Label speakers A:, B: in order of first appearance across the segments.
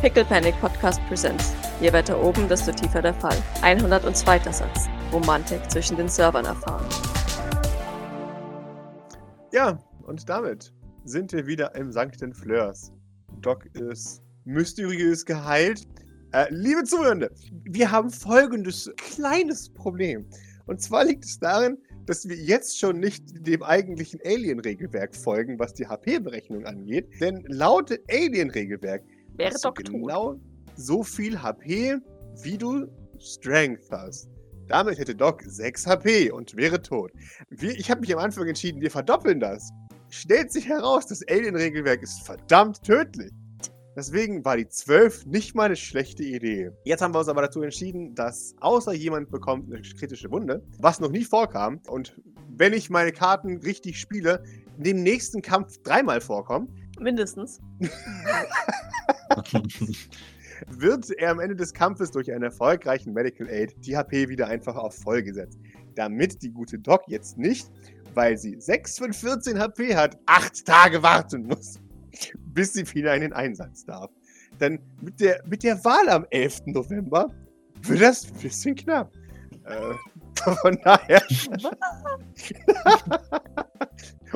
A: Pickle Panic Podcast Presents. Je weiter oben, desto tiefer der Fall. 102. Satz. Romantik zwischen den Servern erfahren.
B: Ja, und damit sind wir wieder im Sankten Flörs. Doc ist mysteriös geheilt. Äh, liebe Zuhörende, wir haben folgendes kleines Problem. Und zwar liegt es darin, dass wir jetzt schon nicht dem eigentlichen Alien-Regelwerk folgen, was die HP-Berechnung angeht. Denn laut Alien-Regelwerk
A: Wäre
B: hast du
A: Doc tot.
B: genau so viel HP, wie du Strength hast. Damit hätte Doc 6 HP und wäre tot. Wir, ich habe mich am Anfang entschieden, wir verdoppeln das. Stellt sich heraus, das Alien-Regelwerk ist verdammt tödlich. Deswegen war die 12 nicht mal eine schlechte Idee. Jetzt haben wir uns aber dazu entschieden, dass außer jemand bekommt eine kritische Wunde, was noch nie vorkam und wenn ich meine Karten richtig spiele, in dem nächsten Kampf dreimal vorkommen,
A: Mindestens.
B: wird er am Ende des Kampfes durch einen erfolgreichen Medical Aid die HP wieder einfach auf voll gesetzt. Damit die gute Doc jetzt nicht, weil sie 6 von 14 HP hat, 8 Tage warten muss, bis sie wieder in den Einsatz darf. Denn mit der, mit der Wahl am 11. November wird das ein bisschen knapp. Äh, von daher.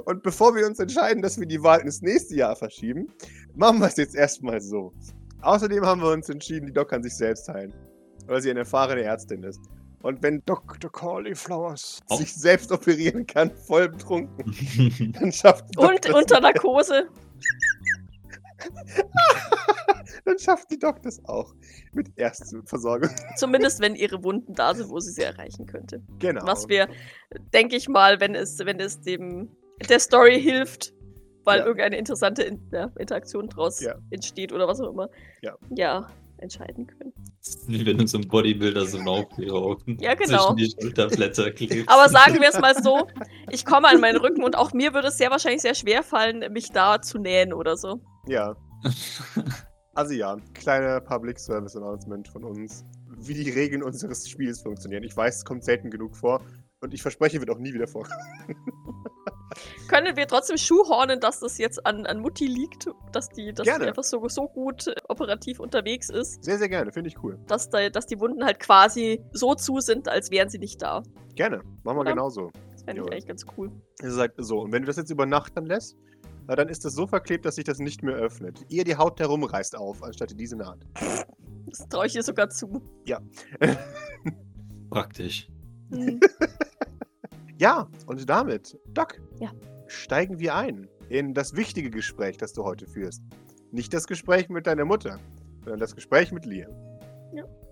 B: Und bevor wir uns entscheiden, dass wir die Wahl ins nächste Jahr verschieben, machen wir es jetzt erstmal so. Außerdem haben wir uns entschieden, die Doc kann sich selbst heilen. Weil sie eine erfahrene Ärztin ist. Und wenn Dr. Cauliflowers
C: Oh.
B: sich selbst operieren kann, voll betrunken, dann schafft Doc
A: Und
B: das
A: unter Narkose.
B: Dann schafft die Doc das auch. Mit Erstversorgung.
A: Zumindest wenn ihre Wunden da sind, wo sie sie erreichen könnte.
B: Genau.
A: Was wir, denke ich mal, wenn es, wenn es dem der Story hilft, weil
B: Ja.
A: irgendeine interessante In ja, Interaktion draus
B: Ja.
A: entsteht oder was auch immer.
B: Ja.
A: ja, entscheiden können.
C: Wie wenn du so ein Bodybuilder so einen Aufkleber
A: Ja, genau.
C: zwischen die Schulterblätter klebst.
A: Aber sagen wir es mal so, ich komme an meinen Rücken und auch mir würde es sehr wahrscheinlich sehr schwer fallen, mich da zu nähen oder so.
B: Ja. Also ja, kleiner Public Service Announcement von uns, wie die Regeln unseres Spiels funktionieren. Ich weiß, es kommt selten genug vor und ich verspreche, wird auch nie wieder vorkommen.
A: Können wir trotzdem schuhhornen, dass das jetzt an, an Mutti liegt, dass die, dass die
B: Gerne.
A: einfach so, so gut äh, operativ unterwegs ist,
B: Sehr, sehr gerne, finde ich cool.
A: dass, da, dass die Wunden halt quasi so zu sind, als wären sie nicht da.
B: Gerne, machen wir
A: Ja.
B: genauso.
A: Das fände ich
B: Jawohl.
A: eigentlich ganz cool.
B: Ihr sagt so, und wenn du das jetzt über Nacht dann lässt, na, dann ist das so verklebt, dass sich das nicht mehr öffnet. Ihr die Haut herumreißt auf, anstatt diese Naht.
A: Das traue ich ihr sogar zu.
C: Praktisch.
A: Hm.
B: Ja, und damit, Doc,
A: Ja.
B: steigen wir ein in das wichtige Gespräch, das du heute führst. Nicht das Gespräch mit deiner Mutter, sondern das Gespräch mit Liam.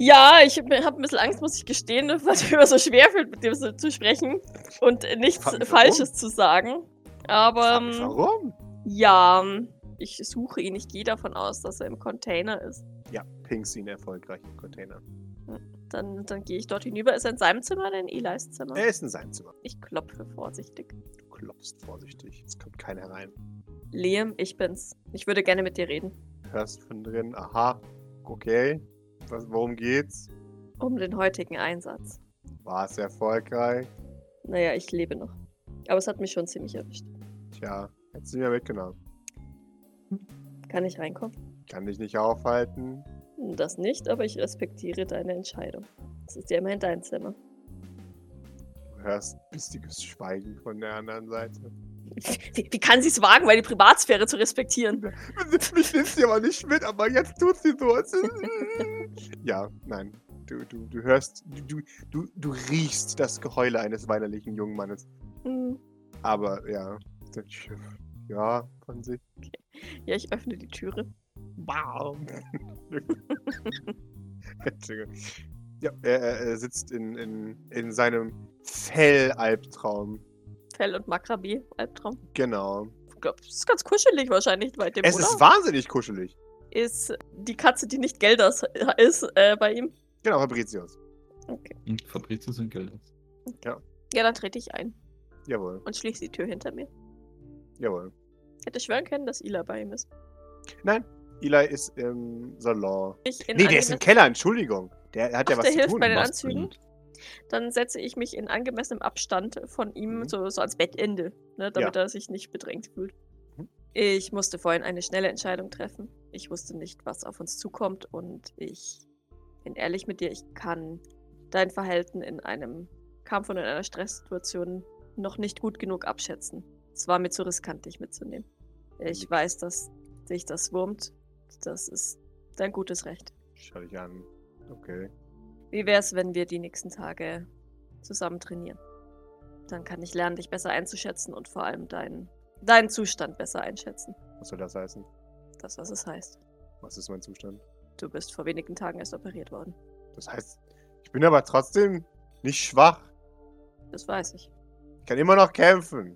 A: Ja, ich habe ein bisschen Angst, muss ich gestehen, weil es mir so schwer fällt, mit dem so zu sprechen und nichts
B: Frag mich, warum?
A: Falsches zu sagen. Aber.
B: Frag mich,
A: ähm,
B: Warum?
A: Ja, ich suche ihn. Ich gehe davon aus, dass er im Container ist.
B: Ja, pingst ihn erfolgreich im Container.
A: Dann, dann gehe ich dort hinüber. Ist er in seinem Zimmer oder in Elis Zimmer?
B: Er ist in seinem Zimmer.
A: Ich klopfe vorsichtig.
B: Du klopfst vorsichtig. Es kommt keiner rein.
A: Liam, ich bin's. Ich würde gerne mit dir reden.
B: Hörst von drin, aha, okay. Was, worum geht's?
A: Um den heutigen Einsatz.
B: War es erfolgreich?
A: Naja, ich lebe noch. Aber es hat mich schon ziemlich erwischt.
B: Tja, hättest du ihn ja mitgenommen.
A: Kann ich reinkommen?
B: Kann dich nicht aufhalten.
A: Das nicht, aber ich respektiere deine Entscheidung. Es ist ja immerhin dein Zimmer.
B: Du hörst bistiges Schweigen von der anderen Seite.
A: Wie, wie kann sie es wagen, meine Privatsphäre zu respektieren?
B: Mich nimmst sie aber nicht mit, aber jetzt tut sie so. Es ist- ja, nein. Du, du, du hörst, du, du, du, du riechst das Geheule eines weinerlichen jungen Mannes.
A: Hm.
B: Aber ja, das Schiff. Ja, von sich.
A: Ja, ich öffne die Türe.
B: Wow. Entschuldigung. Ja, er, er, er sitzt in, in, in seinem Fell-Albtraum.
A: Fell und Makrabi, Albtraum.
B: Genau.
A: Ich glaube, es ist ganz kuschelig wahrscheinlich bei dem,
B: Es
A: oder?
B: ist wahnsinnig kuschelig.
A: ist die Katze, die nicht Gelders ist, äh, bei ihm.
B: Genau, Fabricius.
C: Und Fabricius und Geldes.
A: Ja, dann trete ich ein
B: Jawohl,
A: und schließe die Tür hinter mir.
B: jawohl.
A: Hätte schwören können, dass Ila bei ihm ist.
B: Eli ist im Salon.
A: Ich in
B: nee, der ist im
A: angemessen-
B: Keller, Entschuldigung. Der hat ja
A: Ach,
B: was
A: der
B: zu
A: hilft
B: tun.
A: bei den
C: Was
A: Anzügen?
C: bringt?
A: Dann setze ich mich in angemessenem Abstand von ihm,
B: Mhm.
A: so, so ans Bettende, ne, damit er sich nicht bedrängt fühlt.
B: Mhm.
A: Ich musste vorhin eine schnelle Entscheidung treffen. Ich wusste nicht, was auf uns zukommt und ich bin ehrlich mit dir, ich kann dein Verhalten in einem Kampf und in einer Stresssituation noch nicht gut genug abschätzen. Es war mir zu riskant, dich mitzunehmen.
B: Mhm.
A: Ich weiß, dass dich das wurmt. Das ist dein gutes Recht.
B: Schau dich an. Okay.
A: Wie wär's, wenn wir die nächsten Tage zusammen trainieren? Dann kann ich lernen, dich besser einzuschätzen und vor allem deinen, deinen Zustand besser einschätzen.
B: Was soll das heißen?
A: Das, was es heißt.
B: Was ist mein Zustand?
A: Du bist vor wenigen Tagen erst operiert worden.
B: Das heißt, ich bin aber trotzdem nicht schwach.
A: Das weiß ich.
B: Ich kann immer noch kämpfen.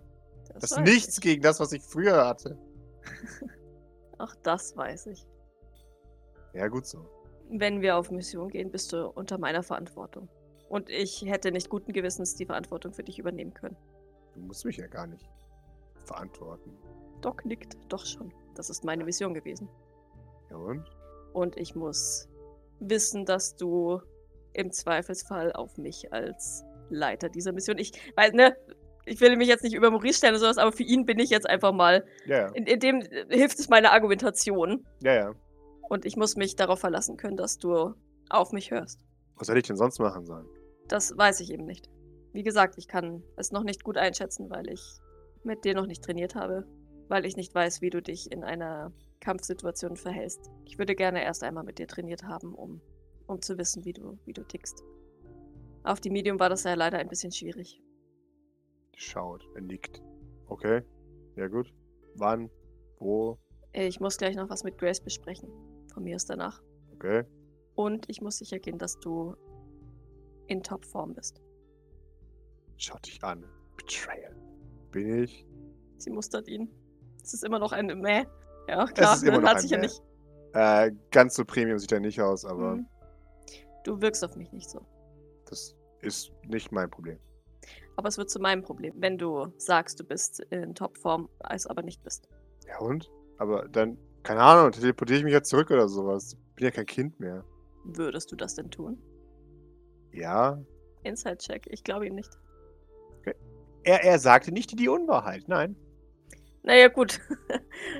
B: Das ist
A: weiß
B: nichts
A: ich.
B: gegen das, was ich früher hatte.
A: Auch das weiß ich.
B: Ja, gut so.
A: Wenn wir auf Mission gehen, bist du unter meiner Verantwortung. Und ich hätte nicht guten Gewissens die Verantwortung für dich übernehmen können.
B: Du musst mich ja gar nicht verantworten.
A: Doc nickt doch schon. Das ist meine Vision gewesen.
B: Ja und?
A: Und ich muss wissen, dass du im Zweifelsfall auf mich als Leiter dieser Mission. Ich weiß, ne? Ich will mich jetzt nicht über Maurice stellen oder sowas, aber für ihn bin ich jetzt einfach mal.
B: Ja, ja.
A: In, in dem äh, hilft es meine Argumentation.
B: ja, ja.
A: Und ich muss mich darauf verlassen können, dass du auf mich hörst.
B: Was hätte ich denn sonst machen sollen?
A: Das weiß ich eben nicht. Wie gesagt, ich kann es noch nicht gut einschätzen, weil ich mit dir noch nicht trainiert habe, weil ich nicht weiß, wie du dich in einer Kampfsituation verhältst. Ich würde gerne erst einmal mit dir trainiert haben, um, um zu wissen, wie du, wie du tickst. Auf die Medium war das ja leider ein bisschen schwierig.
B: Schaut, er nickt. Okay, ja gut. Wann? Wo?
A: Ich muss gleich noch was mit Grace besprechen. Von mir ist danach.
B: Okay.
A: Und ich muss sicher gehen, dass du in Topform bist.
B: Schaut dich an. Betrayal. Bin ich?
A: Sie mustert ihn. Es ist immer noch ein Mäh. Ja, klar,
B: ist immer
A: man
B: noch
A: hat
B: ein
A: sich ja
B: Mäh.
A: nicht
B: Äh, ganz so Premium sieht er nicht aus, aber
A: Mhm. Du wirkst auf mich nicht so.
B: das ist nicht mein Problem.
A: Aber es wird zu meinem Problem, wenn du sagst, du bist in Topform, als aber nicht bist.
B: Ja und? Aber dann, keine Ahnung, teleportiere ich mich jetzt zurück oder sowas. Bin ja kein Kind mehr.
A: Würdest du das denn tun?
B: Ja.
A: Inside-Check, ich glaube ihm nicht.
B: Er, er sagte nicht die Unwahrheit, nein.
A: Naja, gut.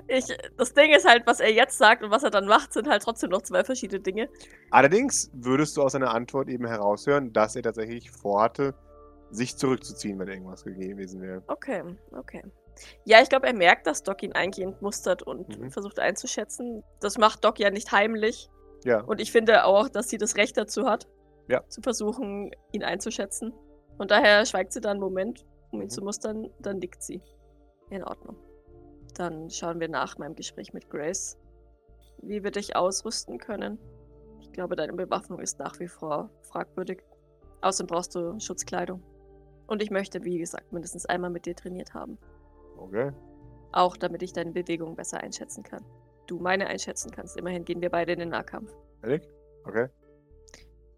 A: Ich, das Ding ist halt, was er jetzt sagt und was er dann macht, sind halt trotzdem noch zwei verschiedene Dinge.
B: Allerdings würdest du aus seiner Antwort eben heraushören, dass er tatsächlich vorhatte, sich zurückzuziehen, wenn irgendwas gewesen wäre.
A: Okay, okay. Ja, ich glaube, er merkt, dass Doc ihn eingehend mustert und
B: Mhm.
A: versucht einzuschätzen. Das macht Doc ja nicht heimlich.
B: Ja.
A: Und ich finde auch, dass sie das Recht dazu hat,
B: Ja.
A: zu versuchen, ihn einzuschätzen. Und daher schweigt sie dann einen Moment, um ihn
B: Mhm.
A: zu mustern, dann nickt sie. In Ordnung. Dann schauen wir nach meinem Gespräch mit Grace, wie wir dich ausrüsten können. Ich glaube, deine Bewaffnung ist nach wie vor fragwürdig. Außerdem brauchst du Schutzkleidung. Und ich möchte, wie gesagt, mindestens einmal mit dir trainiert haben.
B: Okay.
A: Auch damit ich deine Bewegungen besser einschätzen kann. Du meine einschätzen kannst. Immerhin gehen wir beide in den Nahkampf.
B: Ehrlich? Okay.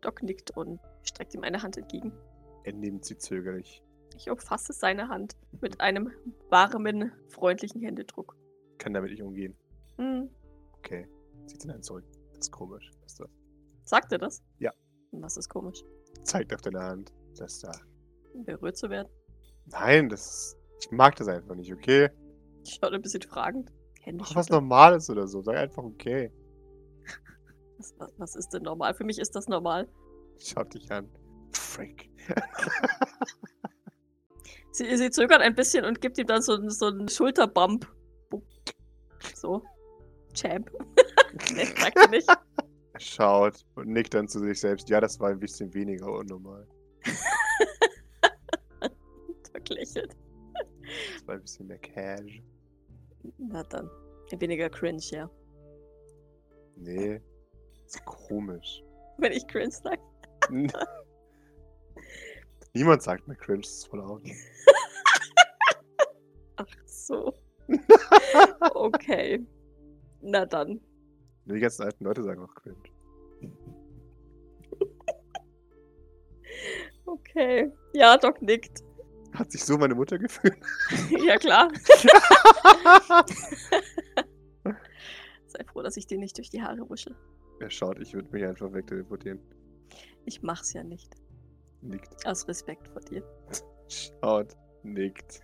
A: Doc nickt und streckt ihm eine Hand entgegen.
B: Er nimmt sie zögerlich.
A: Ich umfasse seine Hand mit einem warmen, freundlichen Händedruck.
B: Kann damit nicht umgehen.
A: Hm,
B: Okay. Zieht sie dann zurück. Das ist komisch. Das da.
A: sagt er das? Hm,
B: Ja.
A: Was ist komisch?
B: Zeigt auf deine Hand. Das da.
A: Berührt zu werden?
B: Nein, das ist, Ich mag das einfach nicht, okay?
A: Schaut ein bisschen fragend. Hände
B: Mach was
A: schütteln.
B: Normales oder so. Sag einfach okay.
A: was, was, was ist denn normal? Für mich ist das normal.
B: Schau dich an. Frick.
A: Sie, sie zögert ein bisschen und gibt ihm dann so, einen- so einen Schulterbump. Bump. So. Champ. nee, sagt sie nicht.
B: Er schaut und nickt dann zu sich selbst. Ja, das war ein bisschen weniger unnormal.
A: Doc lächelt.
B: Das war ein bisschen mehr Cash.
A: Na dann. Weniger cringe, ja.
B: Nee. Das ist komisch.
A: Wenn ich cringe sage.
B: N- Niemand sagt mir cringe, das ist voll out.
A: Ach so. okay. Na dann.
B: Nur die ganzen alten Leute sagen auch cringe.
A: Okay. Ja, Doc nickt.
B: Hat sich so meine Mutter gefühlt?
A: ja, klar. Sei froh, dass ich dir nicht durch die Haare wusche.
B: Er schaut, ich würde mich einfach wegteleportieren.
A: Ich mach's ja nicht.
B: Nickt.
A: Aus Respekt vor dir.
B: Schaut. Nickt.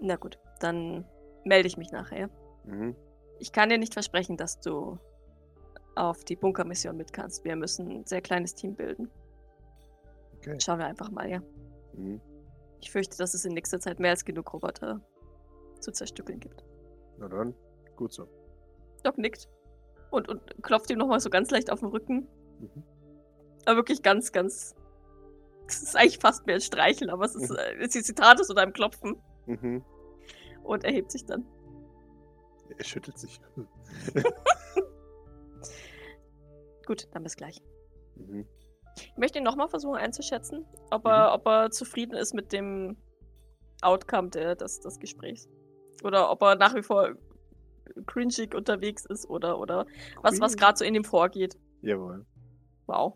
A: Na gut, dann melde ich mich nachher.
B: Mhm.
A: Ich kann dir nicht versprechen, dass du auf die Bunkermission mit kannst. Wir müssen ein sehr kleines Team bilden.
B: Okay.
A: Schauen wir einfach mal, ja.
B: Mhm.
A: Ich fürchte, dass es in nächster Zeit mehr als genug Roboter zu zerstückeln gibt.
B: Na dann, gut so.
A: Doc nickt und, und klopft ihm nochmal so ganz leicht auf den Rücken.
B: Mhm.
A: Aber wirklich ganz, ganz. Es ist eigentlich fast mehr ein Streicheln, aber es ist, äh, es ist Zitat ist oder einem Klopfen.
B: Mhm.
A: Und er hebt sich dann.
B: Er schüttelt sich.
A: Gut, dann bis gleich.
B: Mhm.
A: Ich möchte ihn nochmal versuchen einzuschätzen, ob er, ob er zufrieden ist mit dem Outcome der, des, des Gesprächs. Oder ob er nach wie vor cringig unterwegs ist oder, oder was, was
B: Cringy.
A: gerade so in ihm vorgeht.
B: Jawohl.
A: Wow.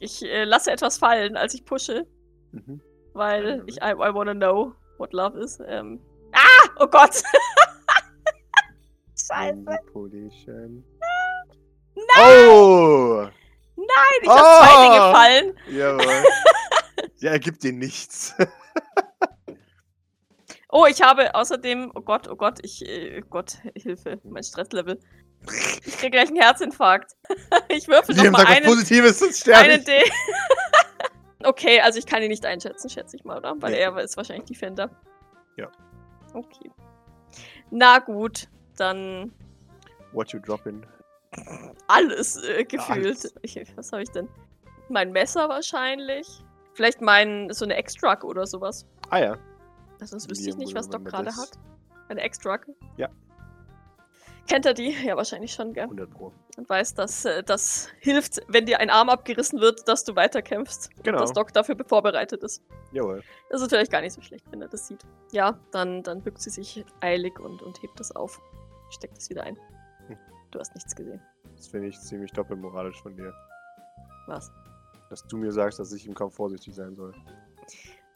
A: Ich äh, lasse etwas fallen, als ich pushe,
B: Mhm.
A: weil
B: Mhm.
A: ich I, I wanna know what love is. Ähm. Ah! Oh Gott! Scheiße! Nein,
B: Mhm. Hm. Manipulation. Oh!
A: ich habe zwei
B: Oh!
A: Dinge fallen.
B: Jawohl. ja, er gibt dir nichts.
A: Oh, ich habe außerdem, oh Gott, oh Gott, ich, äh, oh Gott, Hilfe, mein Stresslevel. Ich krieg gleich einen Herzinfarkt. ich würfel
B: Liam
A: nochmal
B: sagt was
A: einen,
B: Positives, sonst sterbe
A: einen
B: ich.
A: D. okay, also ich kann ihn nicht einschätzen, schätze ich mal, oder? Weil
B: Nee.
A: er ist wahrscheinlich Defender.
B: Ja.
A: Okay. Na gut, dann
B: What you dropping?
A: alles äh, gefühlt.
B: Alles.
A: Ich, was habe ich denn? Mein Messer wahrscheinlich. Vielleicht mein, so eine Extrack oder sowas.
B: Ah ja.
A: Also das wüsste
B: Liam
A: ich nicht,
B: will
A: was Doc
B: remember
A: gerade
B: this.
A: hat. Eine Ex-Drug.
B: Ja.
A: Kennt er die? Ja, wahrscheinlich schon, gell?
B: 100 Pro.
A: Und weiß, dass äh, das hilft, wenn dir ein Arm abgerissen wird, dass du weiterkämpfst.
B: Genau.
A: Dass Doc dafür vorbereitet ist.
B: Jawohl.
A: Das ist vielleicht gar nicht so schlecht, wenn er das sieht. Ja, dann, dann bückt sie sich eilig und, und hebt das auf. Steckt es wieder ein.
B: Hm.
A: Du hast nichts gesehen.
B: Das finde ich ziemlich doppelmoralisch von dir.
A: Was?
B: Dass du mir sagst, dass ich im Kampf vorsichtig sein soll.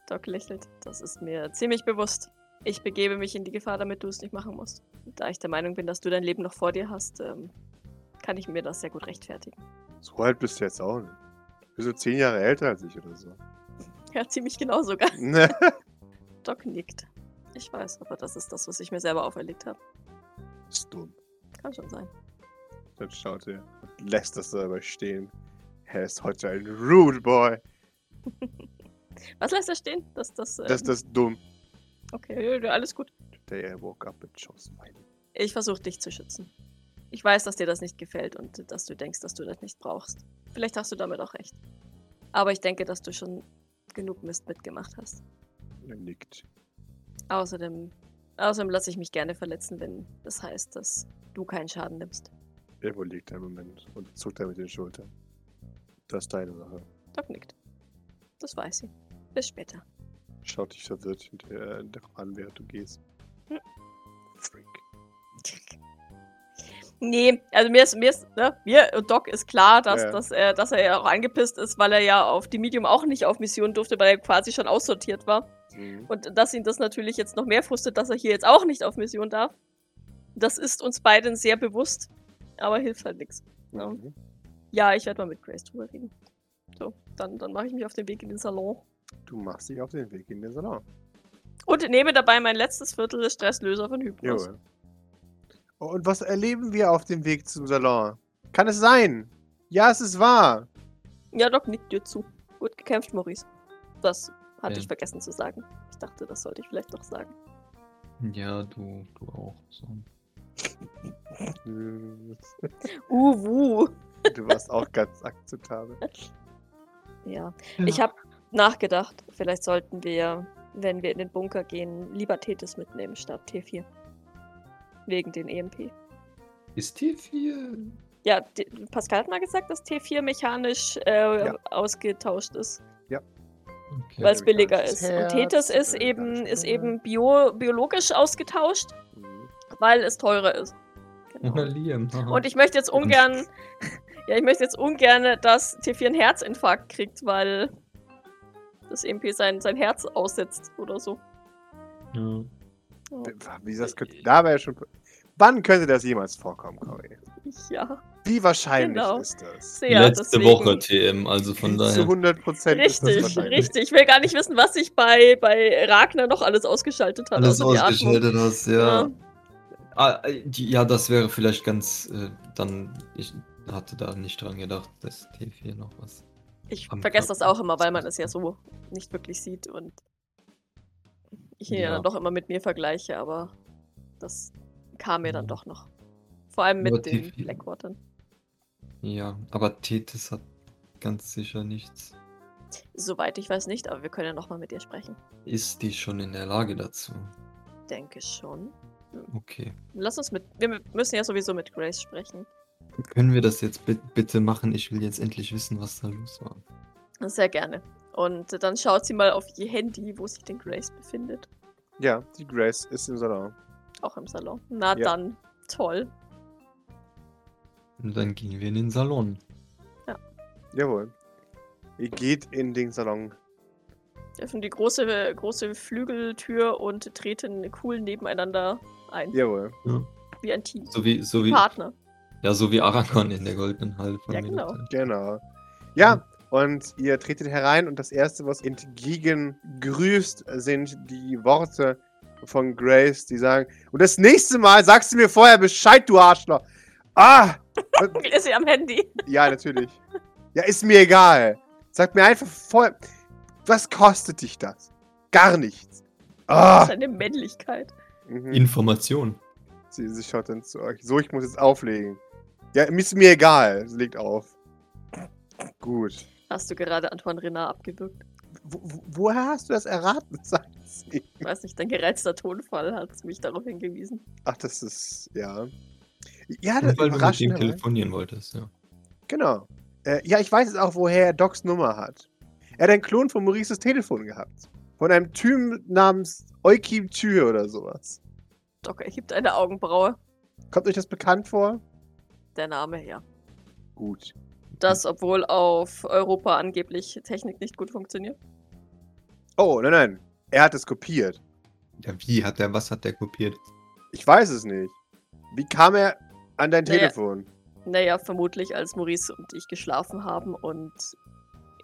A: Doc lächelt. Das ist mir ziemlich bewusst. Ich begebe mich in die Gefahr, damit du es nicht machen musst. Da ich der Meinung bin, dass du dein Leben noch vor dir hast, ähm, kann ich mir das sehr gut rechtfertigen.
B: So alt bist du jetzt auch nicht. Du bist so 10 Jahre älter als ich oder so.
A: Ja, ziemlich genau sogar.
B: Ne?
A: Doc nickt. Ich weiß, aber das ist das, was ich mir selber auferlegt habe.
B: Ist dumm.
A: Kann schon sein.
B: Dann schaut er und lässt das dabei stehen. Er ist heute ein Rude Boy.
A: Was lässt er stehen? Das, das, äh,
B: Das, das ist dumm.
A: Okay, ja, alles gut.
B: Today I woke up and chose mine.
A: Ich versuche dich zu schützen. Ich weiß, dass dir das nicht gefällt und dass du denkst, dass du das nicht brauchst. Vielleicht hast du damit auch recht. Aber ich denke, dass du schon genug Mist mitgemacht hast.
B: Er nickt.
A: Außerdem, außerdem lasse ich mich gerne verletzen, wenn das heißt, dass du keinen Schaden nimmst.
B: Er überlegt einen Moment und zuckt er mit den Schultern. Das ist deine Sache.
A: Doc nickt. Das weiß sie. Bis später.
B: Schaut dich verwirrt hinterher doch an, während du gehst.
A: Hm.
B: Freak.
A: Nee, also mir ist, mir ist, ne, mir und Doc ist klar, dass,
B: Ja, ja.
A: dass, er, dass er ja auch angepisst ist, weil er ja auf die Medium auch nicht auf Mission durfte, weil er quasi schon aussortiert war.
B: Mhm.
A: Und dass ihn das natürlich jetzt noch mehr frustet, dass er hier jetzt auch nicht auf Mission darf. Das ist uns beiden sehr bewusst, aber hilft halt nichts. Ja.
B: Mhm.
A: Ja, ich werde mal mit Grace drüber reden. So, dann, dann mache ich mich auf den Weg in den Salon.
B: Du machst dich auf den Weg in den Salon.
A: Und nehme dabei mein letztes Viertel des Stresslöser von Hypnos.
B: Jawohl. Und was erleben wir auf dem Weg zum Salon? Kann es sein? Ja, es ist wahr.
A: Ja, Doc nickt dir zu. Gut gekämpft, Maurice. Das hatte
C: Ja.
A: ich vergessen zu sagen. Ich dachte, das sollte ich vielleicht noch sagen.
C: Ja, du, du auch. So.
B: Hm,
A: Uwu.
B: Du warst auch ganz akzeptabel.
A: Ja. Ich habe nachgedacht, vielleicht sollten wir, wenn wir in den Bunker gehen, lieber Tethys mitnehmen statt T4. Wegen den EMP.
C: Ist T4.
A: Ja, D- Pascal hat mal gesagt, dass T4 mechanisch äh,
B: Ja.
A: ausgetauscht ist,
C: Okay.
A: weil es billiger
B: mechanisches
A: ist. Und
B: Herz,
A: Tethys ist
B: äh,
A: eben,
B: mechanische
A: ist
B: Lunge.
A: eben bio, biologisch ausgetauscht,
B: Mhm.
A: weil es teurer ist. Genau.
C: Oder Liam. haha.
A: Und ich möchte jetzt ungern. ja, ich möchte jetzt ungern, dass T4 einen Herzinfarkt kriegt, weil das EMP sein, sein Herz aussetzt oder so.
C: Ja.
A: Ja,
B: Wie das könnte dabei schon. Wann könnte das jemals vorkommen, Cory?
A: Ich, ja,
B: Wie wahrscheinlich
A: Genau.
B: ist das?
A: sehr.
C: Letzte
A: deswegen-
C: Woche TM, also von
B: Zu
C: daher.
B: 100 Prozent ist das
A: Richtig,
B: wahrscheinlich.
A: richtig. Ich will gar nicht wissen, was ich bei, bei Ragnar noch alles ausgeschaltet hat.
C: Alles
A: außer die Atmung.
C: ausgeschaltet hast, ja.
A: Ja.
C: Ah, äh, die, ja, das wäre vielleicht ganz. Äh, dann. Ich hatte da nicht dran gedacht, dass T4 noch was.
A: Ich
C: Am
A: vergesse das auch
C: Körper.
A: immer, weil man es ja so nicht wirklich sieht und ich ihn ja.
C: Ja.
A: dann doch immer mit mir vergleiche, aber das kam mir dann doch noch. Vor allem
C: Mhm. Nur
A: mit den
C: Tiffy.
A: Blackwatern.
C: Ja, aber Tethys hat ganz sicher nichts.
A: Soweit ich weiß nicht, aber wir können ja nochmal mit ihr sprechen.
C: Ist die schon in der Lage dazu?
A: Denke schon.
C: Okay.
A: Lass uns mit. Wir müssen ja sowieso mit Grace sprechen.
C: Können wir das jetzt bi- bitte machen? Ich will jetzt endlich wissen, was da los war.
A: Sehr gerne. Und dann schaut sie mal auf ihr Handy, wo sich denn Grace befindet.
B: Ja, die Grace ist im Salon.
A: Auch im Salon. Na
B: Ja.
A: dann. Toll.
C: Und dann gingen wir in den Salon.
B: Jawohl. Ihr geht in den Salon.
A: Öffnen die große, große Flügeltür und treten cool nebeneinander ein.
B: Jawohl.
A: Wie ein Team.
C: So wie, so wie,
A: Partner.
C: ja, so wie Aragorn in der goldenen Halle. von
A: Ja,
C: mir
A: genau.
C: erzählt.
B: Genau. Ja, und ihr tretet herein und das Erste, was entgegengrüßt, sind die Worte von Grace, die sagen, und das nächste Mal sagst du mir vorher Bescheid, du Arschloch. Ah! Und,
A: Ist sie am Handy?
B: ja, natürlich. Ja, ist mir egal. Sag mir einfach vorher, was kostet dich das? Gar nichts. Ah!
A: Seine Männlichkeit.
B: Mhm.
C: Information.
B: Sie, sie schaut dann zu euch. So, ich muss jetzt auflegen. Ja, mir ist mir egal. Sie legt auf. Gut.
A: Hast du gerade Antoine Renard abgewürgt?
B: Wo, wo- woher hast du das erraten? Sagt sie.
A: Ich weiß nicht, dein gereizter Tonfall hat mich darauf hingewiesen.
B: Ach, das ist. Ja. Ja, das
C: Und weil du mit ihm
B: überraschend. aber-
C: telefonieren wolltest, ja.
B: Genau. Äh, ja, ich weiß jetzt auch, woher er Docs Nummer hat. Er hat einen Klon von Maurices Telefon gehabt. Von einem Typen namens Eukim Tür oder sowas.
A: Doc erhebt eine Augenbraue.
B: Kommt euch das bekannt vor?
A: Der Name, ja.
B: Gut.
A: Das, obwohl auf Europa angeblich Technik nicht gut funktioniert.
B: Oh, nein, nein. Er hat es kopiert.
C: Ja, wie hat der, was hat der kopiert?
B: Ich weiß es nicht. Wie kam er an dein
A: Naja,
B: Telefon?
A: Naja, vermutlich als Maurice und ich geschlafen haben und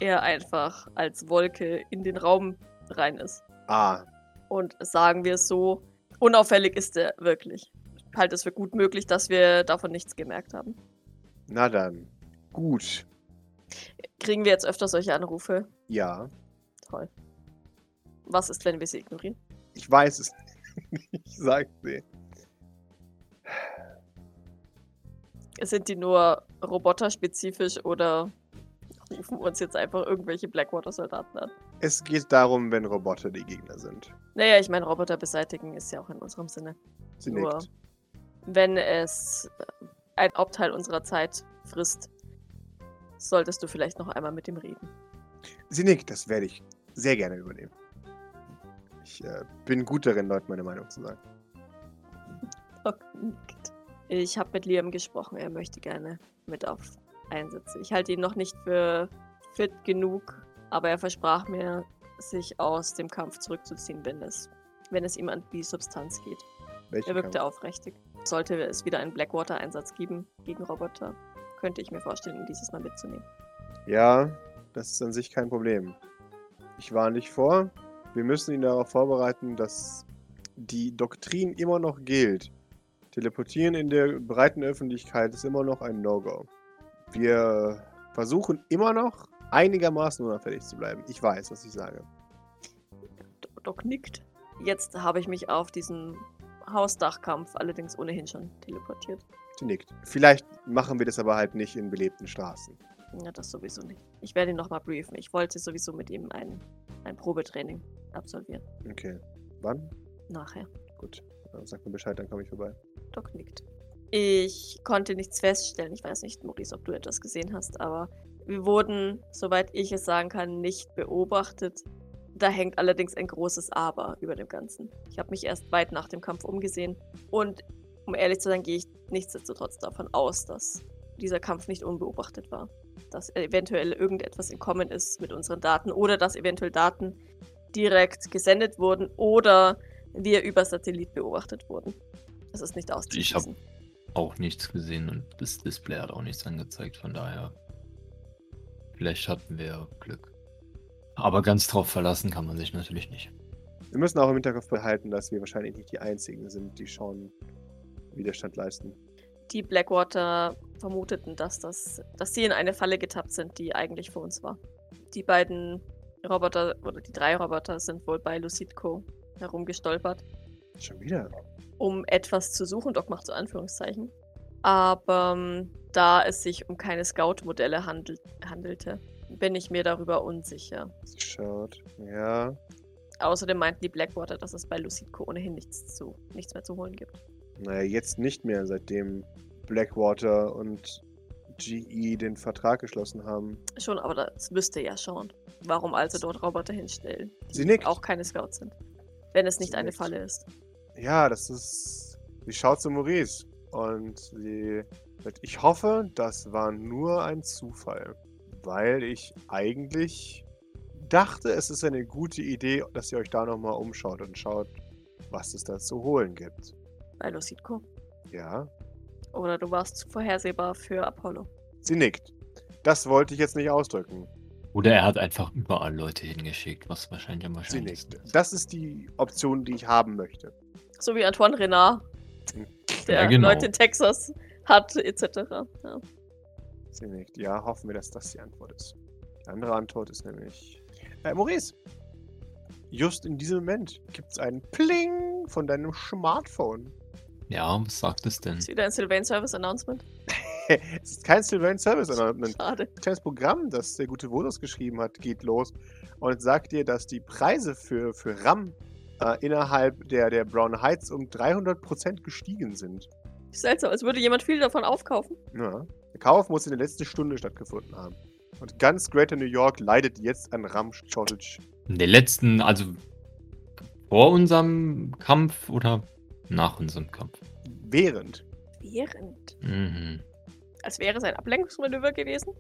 A: er einfach als Wolke in den Raum rein ist.
B: Ah,
A: Und sagen wir es so, unauffällig ist er wirklich. Ich halte es für gut möglich, dass wir davon nichts gemerkt haben.
B: na dann. Gut.
A: Kriegen wir jetzt öfter solche Anrufe?
B: Ja,
A: Toll. Was ist, wenn wir sie ignorieren?
B: ich weiß es nicht. Ich sag dir.
A: Sind die nur roboterspezifisch oder rufen uns jetzt einfach irgendwelche Blackwater-Soldaten an?
B: Es geht darum, wenn Roboter die Gegner sind.
A: Naja, ich meine, Roboter beseitigen ist ja auch in unserem Sinne.
B: Sie
A: Nur
B: nickt.
A: wenn es äh, ein Hauptteil unserer Zeit frisst, solltest du vielleicht noch einmal mit ihm reden.
B: Sie nickt, das werde ich sehr gerne übernehmen. Ich äh, bin gut darin, Leuten meine Meinung zu sagen.
A: Doc nickt. Ich habe mit Liam gesprochen, er möchte gerne mit auf Einsätze. Ich halte ihn noch nicht für fit genug, aber er versprach mir, sich aus dem Kampf zurückzuziehen, wenn es, wenn es ihm an die Substanz geht.
B: Welchen
A: Er wirkte
B: Kampf?
A: aufrichtig. Sollte es wieder einen Blackwater-Einsatz geben gegen Roboter, könnte ich mir vorstellen, ihn dieses Mal mitzunehmen.
B: Ja, das ist an sich kein Problem. Ich warne dich vor. Wir müssen ihn darauf vorbereiten, dass die Doktrin immer noch gilt. Teleportieren in der breiten Öffentlichkeit ist immer noch ein No-Go. Wir versuchen immer noch einigermaßen unauffällig zu bleiben. Ich weiß, was ich sage.
A: D- Doc nickt. Jetzt habe ich mich auf diesen Hausdachkampf allerdings ohnehin schon teleportiert.
B: Sie nickt. Vielleicht machen wir das aber halt nicht in belebten Straßen.
A: Ja, das sowieso nicht. Ich werde ihn nochmal briefen. Ich wollte sowieso mit ihm ein, ein Probetraining absolvieren.
B: Okay. Wann?
A: Nachher.
B: Gut. Dann Sag mir Bescheid, dann komme ich vorbei.
A: Doc nickt. Ich konnte nichts feststellen. Ich weiß nicht, Maurice, ob du etwas gesehen hast, aber wir wurden, soweit ich es sagen kann, nicht beobachtet. Da hängt allerdings ein großes Aber über dem Ganzen. Ich habe mich erst weit nach dem Kampf umgesehen und um ehrlich zu sein, gehe ich nichtsdestotrotz davon aus, dass dieser Kampf nicht unbeobachtet war. Dass eventuell irgendetwas im Kommen ist mit unseren Daten oder dass eventuell Daten direkt gesendet wurden oder wir über Satellit beobachtet wurden. Das ist nicht
C: Ich hab-
A: auszuschließen.
C: Auch nichts gesehen und das Display hat auch nichts angezeigt, von daher. Vielleicht hatten wir Glück. Aber ganz drauf verlassen kann man sich natürlich nicht.
B: Wir müssen auch im Hinterkopf behalten, dass wir wahrscheinlich nicht die Einzigen sind, die schon Widerstand leisten.
A: Die Blackwater vermuteten, dass, das, dass sie in eine Falle getappt sind, die eigentlich für uns war. Die beiden Roboter oder die drei Roboter sind wohl bei Lucidco herumgestolpert,
B: Schon wieder.
A: um etwas zu suchen, Doc macht so Anführungszeichen. Aber ähm, da es sich um keine Scout-Modelle handel handelte, bin ich mir darüber unsicher.
B: Sie schaut. Ja.
A: Außerdem meinten die Blackwater, dass es bei Lucidco ohnehin nichts, zu, nichts mehr zu holen gibt.
B: Naja, jetzt nicht mehr, seitdem Blackwater und GE den Vertrag geschlossen haben.
A: Schon, aber das müsste ja schauen. Warum also dort Roboter hinstellen,
B: Sie nickt.
A: auch keine Scouts sind? Wenn es nicht
B: Sie
A: eine
B: nickt.
A: Falle ist.
B: Ja, das ist. Sie schaut zu Maurice und sie sagt, ich hoffe, das war nur ein Zufall, weil ich eigentlich dachte, es ist eine gute Idee, dass ihr euch da nochmal umschaut und schaut, was es da zu holen gibt.
A: Bei Lucidco.
B: Ja,
A: Oder du warst zu vorhersehbar für Apollo.
B: sie nickt. Das wollte ich jetzt nicht ausdrücken.
C: Oder er hat einfach überall Leute hingeschickt, was wahrscheinlich am
B: Sie
C: wahrscheinlichsten
B: nickt.
C: ist.
B: Das ist die Option, die ich haben möchte.
A: So wie Antoine Renard, der
C: Ja, genau. Hm.
A: Leute in Texas hat, etc. Ja.
B: Sie nickt. Ja, hoffen wir, dass das die Antwort ist. Die andere Antwort ist nämlich. Äh, Maurice! Just in diesem Moment gibt es einen Pling von deinem Smartphone.
C: Ja, was sagt es denn?
A: Ist wieder ein Sylvain Service Announcement.
B: es ist kein Sylvain Service, sondern ein
A: Schade.
B: kleines Programm, das der gute Vodos geschrieben hat, geht los und sagt dir, dass die Preise für, für RAM äh, innerhalb der, der Brown Heights um 300% gestiegen sind.
A: Seltsam, als würde jemand viel davon aufkaufen.
B: Ja. Der Kauf muss in der letzten Stunde stattgefunden haben. Und ganz Greater New York leidet jetzt an RAM-Shortage.
C: In der letzten, also vor unserem Kampf oder nach unserem Kampf?
B: Während.
A: Während.
C: Mhm.
A: Als wäre es ein Ablenkungsmanöver gewesen.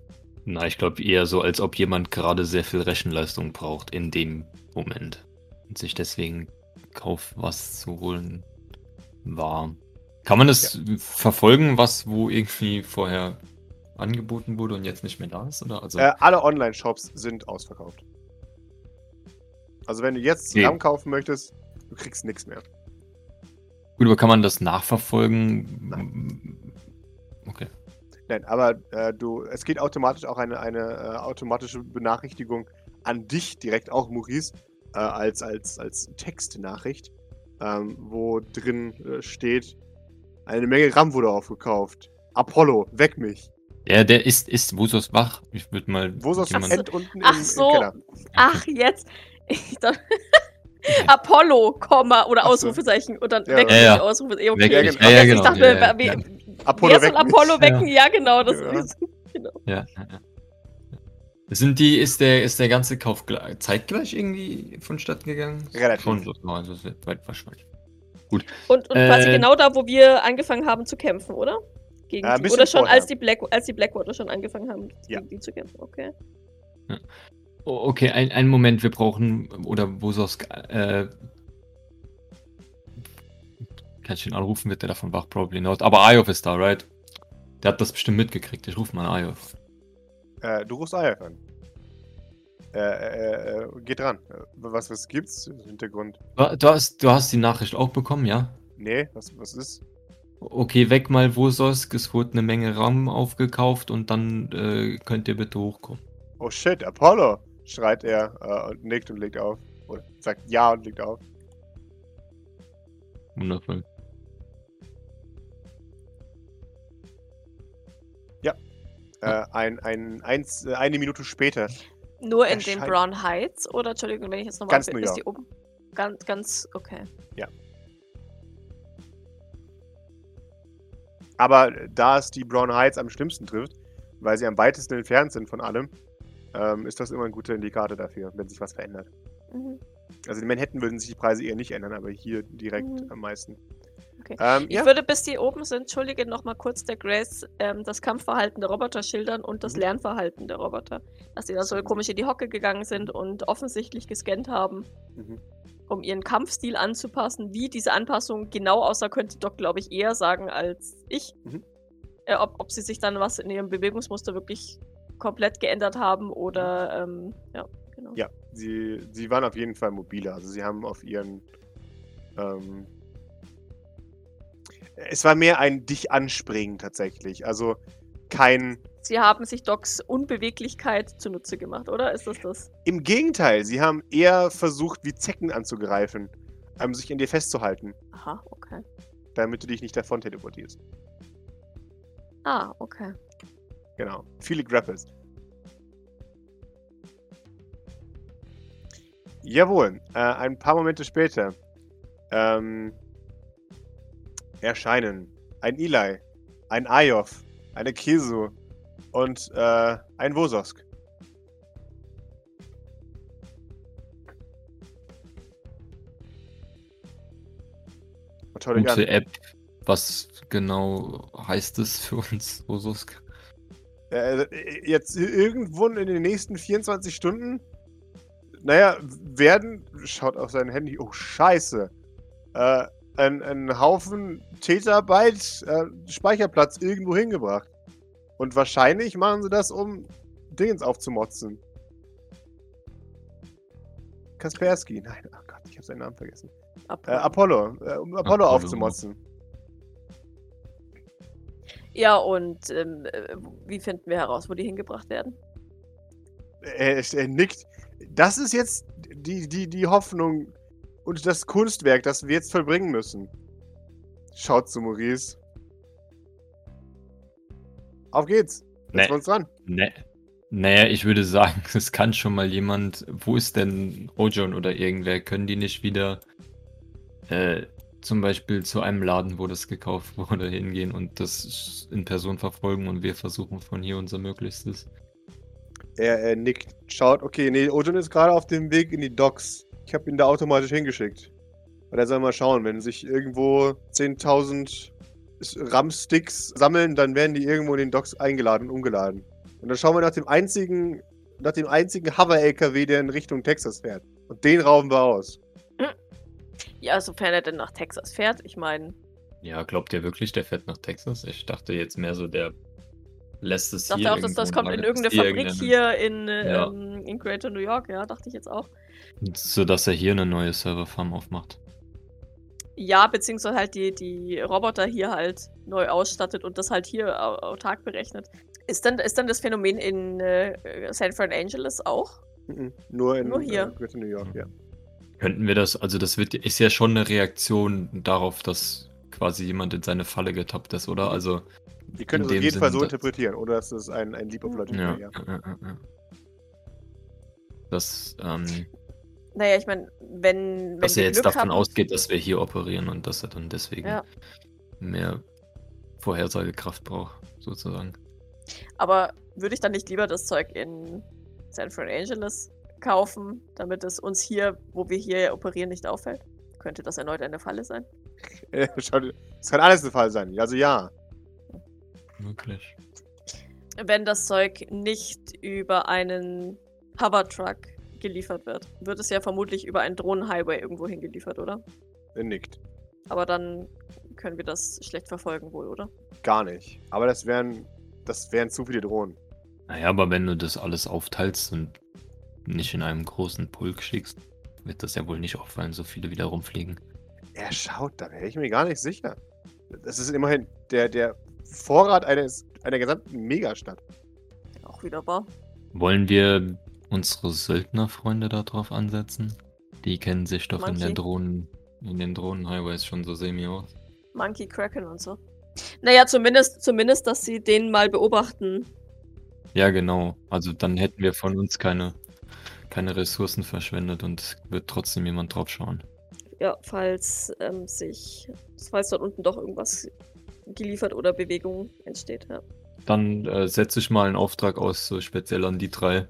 C: Na, ich glaube eher so, als ob jemand gerade sehr viel Rechenleistung braucht in dem Moment. Und sich deswegen Kauf was zu holen war. Kann man das verfolgen, was wo irgendwie vorher angeboten wurde und jetzt nicht mehr da ist? Oder? Also,
B: Äh, alle Online-Shops sind ausverkauft. Also wenn du jetzt
C: Okay.
B: RAM kaufen möchtest, du kriegst nichts mehr.
C: Gut, aber kann man das nachverfolgen? Okay.
B: Nein, aber äh, du, es geht automatisch auch eine, eine äh, automatische Benachrichtigung an dich direkt, auch Maurice, äh, als, als, als Textnachricht, ähm, wo drin äh, steht, eine Menge RAM wurde aufgekauft. Apollo, weck mich.
C: Ja, der ist, ist Wusos wach. Ich würde mal.
B: Wo ist das
C: jemand-
B: End unten
A: Ach
B: im, im
A: so.
B: Keller?
A: Ach, jetzt. Ich dachte, Apollo, Komma oder
B: Ach so.
A: Ausrufezeichen. Und dann
B: Ja,
A: weg
C: ja,
A: ich
C: ja.
A: Ausrufezeichen. Eh,
C: Weg,
A: Okay.
B: Ja,
C: ja,
B: genau.
C: ja, ja,
A: Also
C: genau.
A: ich dachte,
C: ja, ja,
A: wer-
C: ja,
B: Apollo,
A: Wer soll
B: weck mich.
A: Apollo
C: Ja.
A: wecken? Ja, genau. Das
B: Ja.
A: Ist, genau.
C: ja, ja, ja. Sind die, ist der, ist der ganze Kauf gl- zeitgleich irgendwie vonstatten gegangen?
B: Relativ.
C: Schon so, also sehr weit wahrscheinlich.
A: Und, und quasi
C: Äh,
A: genau da, wo wir angefangen haben zu kämpfen, oder? Gegen
B: Ja, Äh, ein
A: die,
B: bisschen
A: oder schon
B: vorher.
A: als die, Black, als die Blackwater schon angefangen haben,
B: Ja.
A: gegen die zu kämpfen. Okay.
C: O- Oh, Okay, ein, einen Moment, wir brauchen, oder Wusos, äh, kann ich ihn anrufen, wird der davon wach, probably not. Aber Ayov ist da, right? Der hat das bestimmt mitgekriegt, ich rufe mal Ayov.
B: Äh, du rufst Ayaf an. Äh, äh, äh, geht dran. Äh, Was, was gibt's im Hintergrund?
C: Du du hast, du hast die Nachricht auch bekommen, ja?
B: Nee, was, was ist?
C: Okay, weg mal Wusos, es wurde eine Menge RAM aufgekauft und dann äh, könnt ihr bitte hochkommen.
B: Oh shit, Apollo! schreit er äh, und nickt und legt auf. Oder sagt ja und legt auf.
C: Wundervoll.
B: Äh, ein, ein, eins, äh, eine Minute später.
A: Nur in den
B: Erscheint-
A: Brown Heights, oder? Entschuldigung, wenn ich jetzt nochmal.
B: Ganz New
A: Ist die oben? Ganz, ganz, okay.
B: Aber da es die Brown Heights am schlimmsten trifft, weil sie am weitesten entfernt sind von allem, ähm, ist das immer ein guter Indikator dafür, wenn sich was verändert.
A: Mhm.
B: Also in Manhattan würden sich die Preise eher nicht ändern, aber hier direkt
A: Mhm.
B: am meisten.
A: Okay.
B: Ähm,
A: Ich
B: ja,
A: würde, bis die oben sind, entschuldige nochmal kurz der Grace, ähm, das Kampfverhalten der Roboter schildern und das
B: Mhm.
A: Lernverhalten der Roboter. Dass sie da so
B: Mhm.
A: komisch in die Hocke gegangen sind und offensichtlich gescannt haben,
B: Mhm.
A: um ihren Kampfstil anzupassen. Wie diese Anpassung genau aussah, könnte Doc, glaube ich, eher sagen als ich.
B: Mhm.
A: Äh, ob, ob sie sich dann was in ihrem Bewegungsmuster wirklich komplett geändert haben oder ähm, ja, genau.
B: Mhm. ja sie, sie waren auf jeden Fall mobiler. Also sie haben auf ihren. Ähm, Es war mehr ein dich anspringen tatsächlich. Also kein.
A: Sie haben sich Docs Unbeweglichkeit zunutze gemacht, oder? Ist das das?
B: Im Gegenteil, sie haben eher versucht, wie Zecken anzugreifen, um sich an dir festzuhalten,
A: Aha, okay.
B: damit du dich nicht davon teleportierst.
A: Ah, okay.
B: Genau. Viele Grapples. Jawohl. Äh, ein paar Momente später ähm, erscheinen ein Eli, ein Ayov, eine Kisu und äh, ein Wososk. Und schau dich
C: Gute
B: an.
C: App. Was genau heißt es für uns, Osusk?
B: Äh, jetzt irgendwo in den nächsten 24 Stunden, naja, werden, schaut auf sein Handy, oh Scheiße, äh, ein, ein Haufen Terabyte äh, Speicherplatz irgendwo hingebracht. Und wahrscheinlich machen sie das, um Dingens aufzumotzen. Kaspersky, nein, oh Gott, ich habe seinen Namen vergessen.
A: Ab.
B: Äh, Apollo, äh, um Apollo
C: Apollo.
B: aufzumotzen.
A: ja, und ähm, äh, wie finden wir heraus, wo die hingebracht werden?
B: Er, er nickt. Das ist jetzt die, die, die Hoffnung und das Kunstwerk, das wir jetzt vollbringen müssen. Schaut zu Maurice. Auf geht's. Jetzt
C: Nee.
B: wir uns dran.
C: Ne. Naja, ich würde sagen, es kann schon mal jemand. Wo ist denn Ojon oder irgendwer? Können die nicht wieder äh, zum Beispiel zu einem Laden, wo das gekauft wurde, hingehen und das in Person verfolgen und wir versuchen von hier unser Möglichstes?
B: Er, er nickt. Schaut, okay, nee, Ojon ist gerade auf dem Weg in die Docks. Ich habe ihn da automatisch hingeschickt. Und er soll mal schauen, wenn sich irgendwo 10.000 S- RAM-Sticks sammeln, dann werden die irgendwo in den Docks eingeladen und umgeladen. Und dann schauen wir nach dem einzigen, nach dem einzigen Hover-LKW, der in Richtung Texas fährt. Und den rauben wir aus.
A: Ja, sofern er denn nach Texas fährt. Ich meine,
C: Ja, glaubt ihr wirklich, der fährt nach Texas? Ich dachte jetzt mehr so, der lässt es
A: dachte
C: hier.
A: auch, dass das
C: irgendwo
A: kommt in
C: lagert es
A: irgendeine Fabrik
C: irgendeinem-
A: hier in, äh,
C: Ja.
A: ähm, in Greater New York. Ja, dachte ich jetzt auch.
C: Sodass er hier eine neue Serverfarm aufmacht.
A: Ja, beziehungsweise halt die, die Roboter hier halt neu ausstattet und das halt hier au- autark berechnet. Ist dann, ist dann das Phänomen in äh, San Fran Angeles auch?
B: Mhm. Nur in
A: Nur hier.
B: äh, Greater New York, ja.
C: Könnten wir das, also das wird, ist ja schon eine Reaktion darauf, dass quasi jemand in seine Falle getappt ist, oder? Also,
B: Ihr könnt
C: In
B: es auf
C: dem
B: jeden Fall
C: Sinne,
B: so
C: dass-
B: interpretieren, oder es ist ein, ein
A: Mhm.
B: Leap of Logic.
C: ja.
B: ja.
C: Dass, ähm,
A: Naja, ich meine, wenn, wenn
C: dass er
A: wir
C: jetzt
A: Glück haben-
C: davon ausgeht, dass wir hier operieren und dass er dann deswegen
A: Ja.
C: mehr Vorhersagekraft braucht, sozusagen.
A: Aber würde ich dann nicht lieber das Zeug in San Fran Angeles kaufen, damit es uns hier, wo wir hier operieren, nicht auffällt? Könnte das erneut eine Falle sein?
B: Äh, schaut, Es kann alles ein Fall sein. Also ja.
C: Möglich.
A: Wenn das Zeug nicht über einen Hovertruck geliefert wird, wird es ja vermutlich über einen Drohnenhighway irgendwo hingeliefert, oder?
B: Er nickt.
A: Aber dann können wir das schlecht verfolgen wohl, oder?
B: Gar nicht. Aber das wären, das wären zu viele Drohnen.
C: Naja, aber wenn du das alles aufteilst und nicht in einem großen Pulk schickst, wird das ja wohl nicht auffallen, so viele wieder rumfliegen.
B: Er schaut, da wäre ich mir gar nicht sicher. Das ist immerhin der, der Vorrat eines, einer gesamten Megastadt.
A: Auch wieder wahr.
C: Wollen wir unsere Söldnerfreunde da drauf ansetzen? Die kennen sich doch in
A: Monkey.
C: den Drohnen, in den Drohnenhighways schon so semi aus.
A: Monkey Kraken und so. Naja, zumindest, zumindest, dass sie den mal beobachten.
C: Ja, genau. Also dann hätten wir von uns keine, keine Ressourcen verschwendet und es wird trotzdem jemand drauf schauen.
A: Ja, falls ähm, sich, falls dort unten doch irgendwas geliefert oder Bewegung entsteht. Ja.
C: Dann äh, setze ich mal einen Auftrag aus, so speziell an die drei.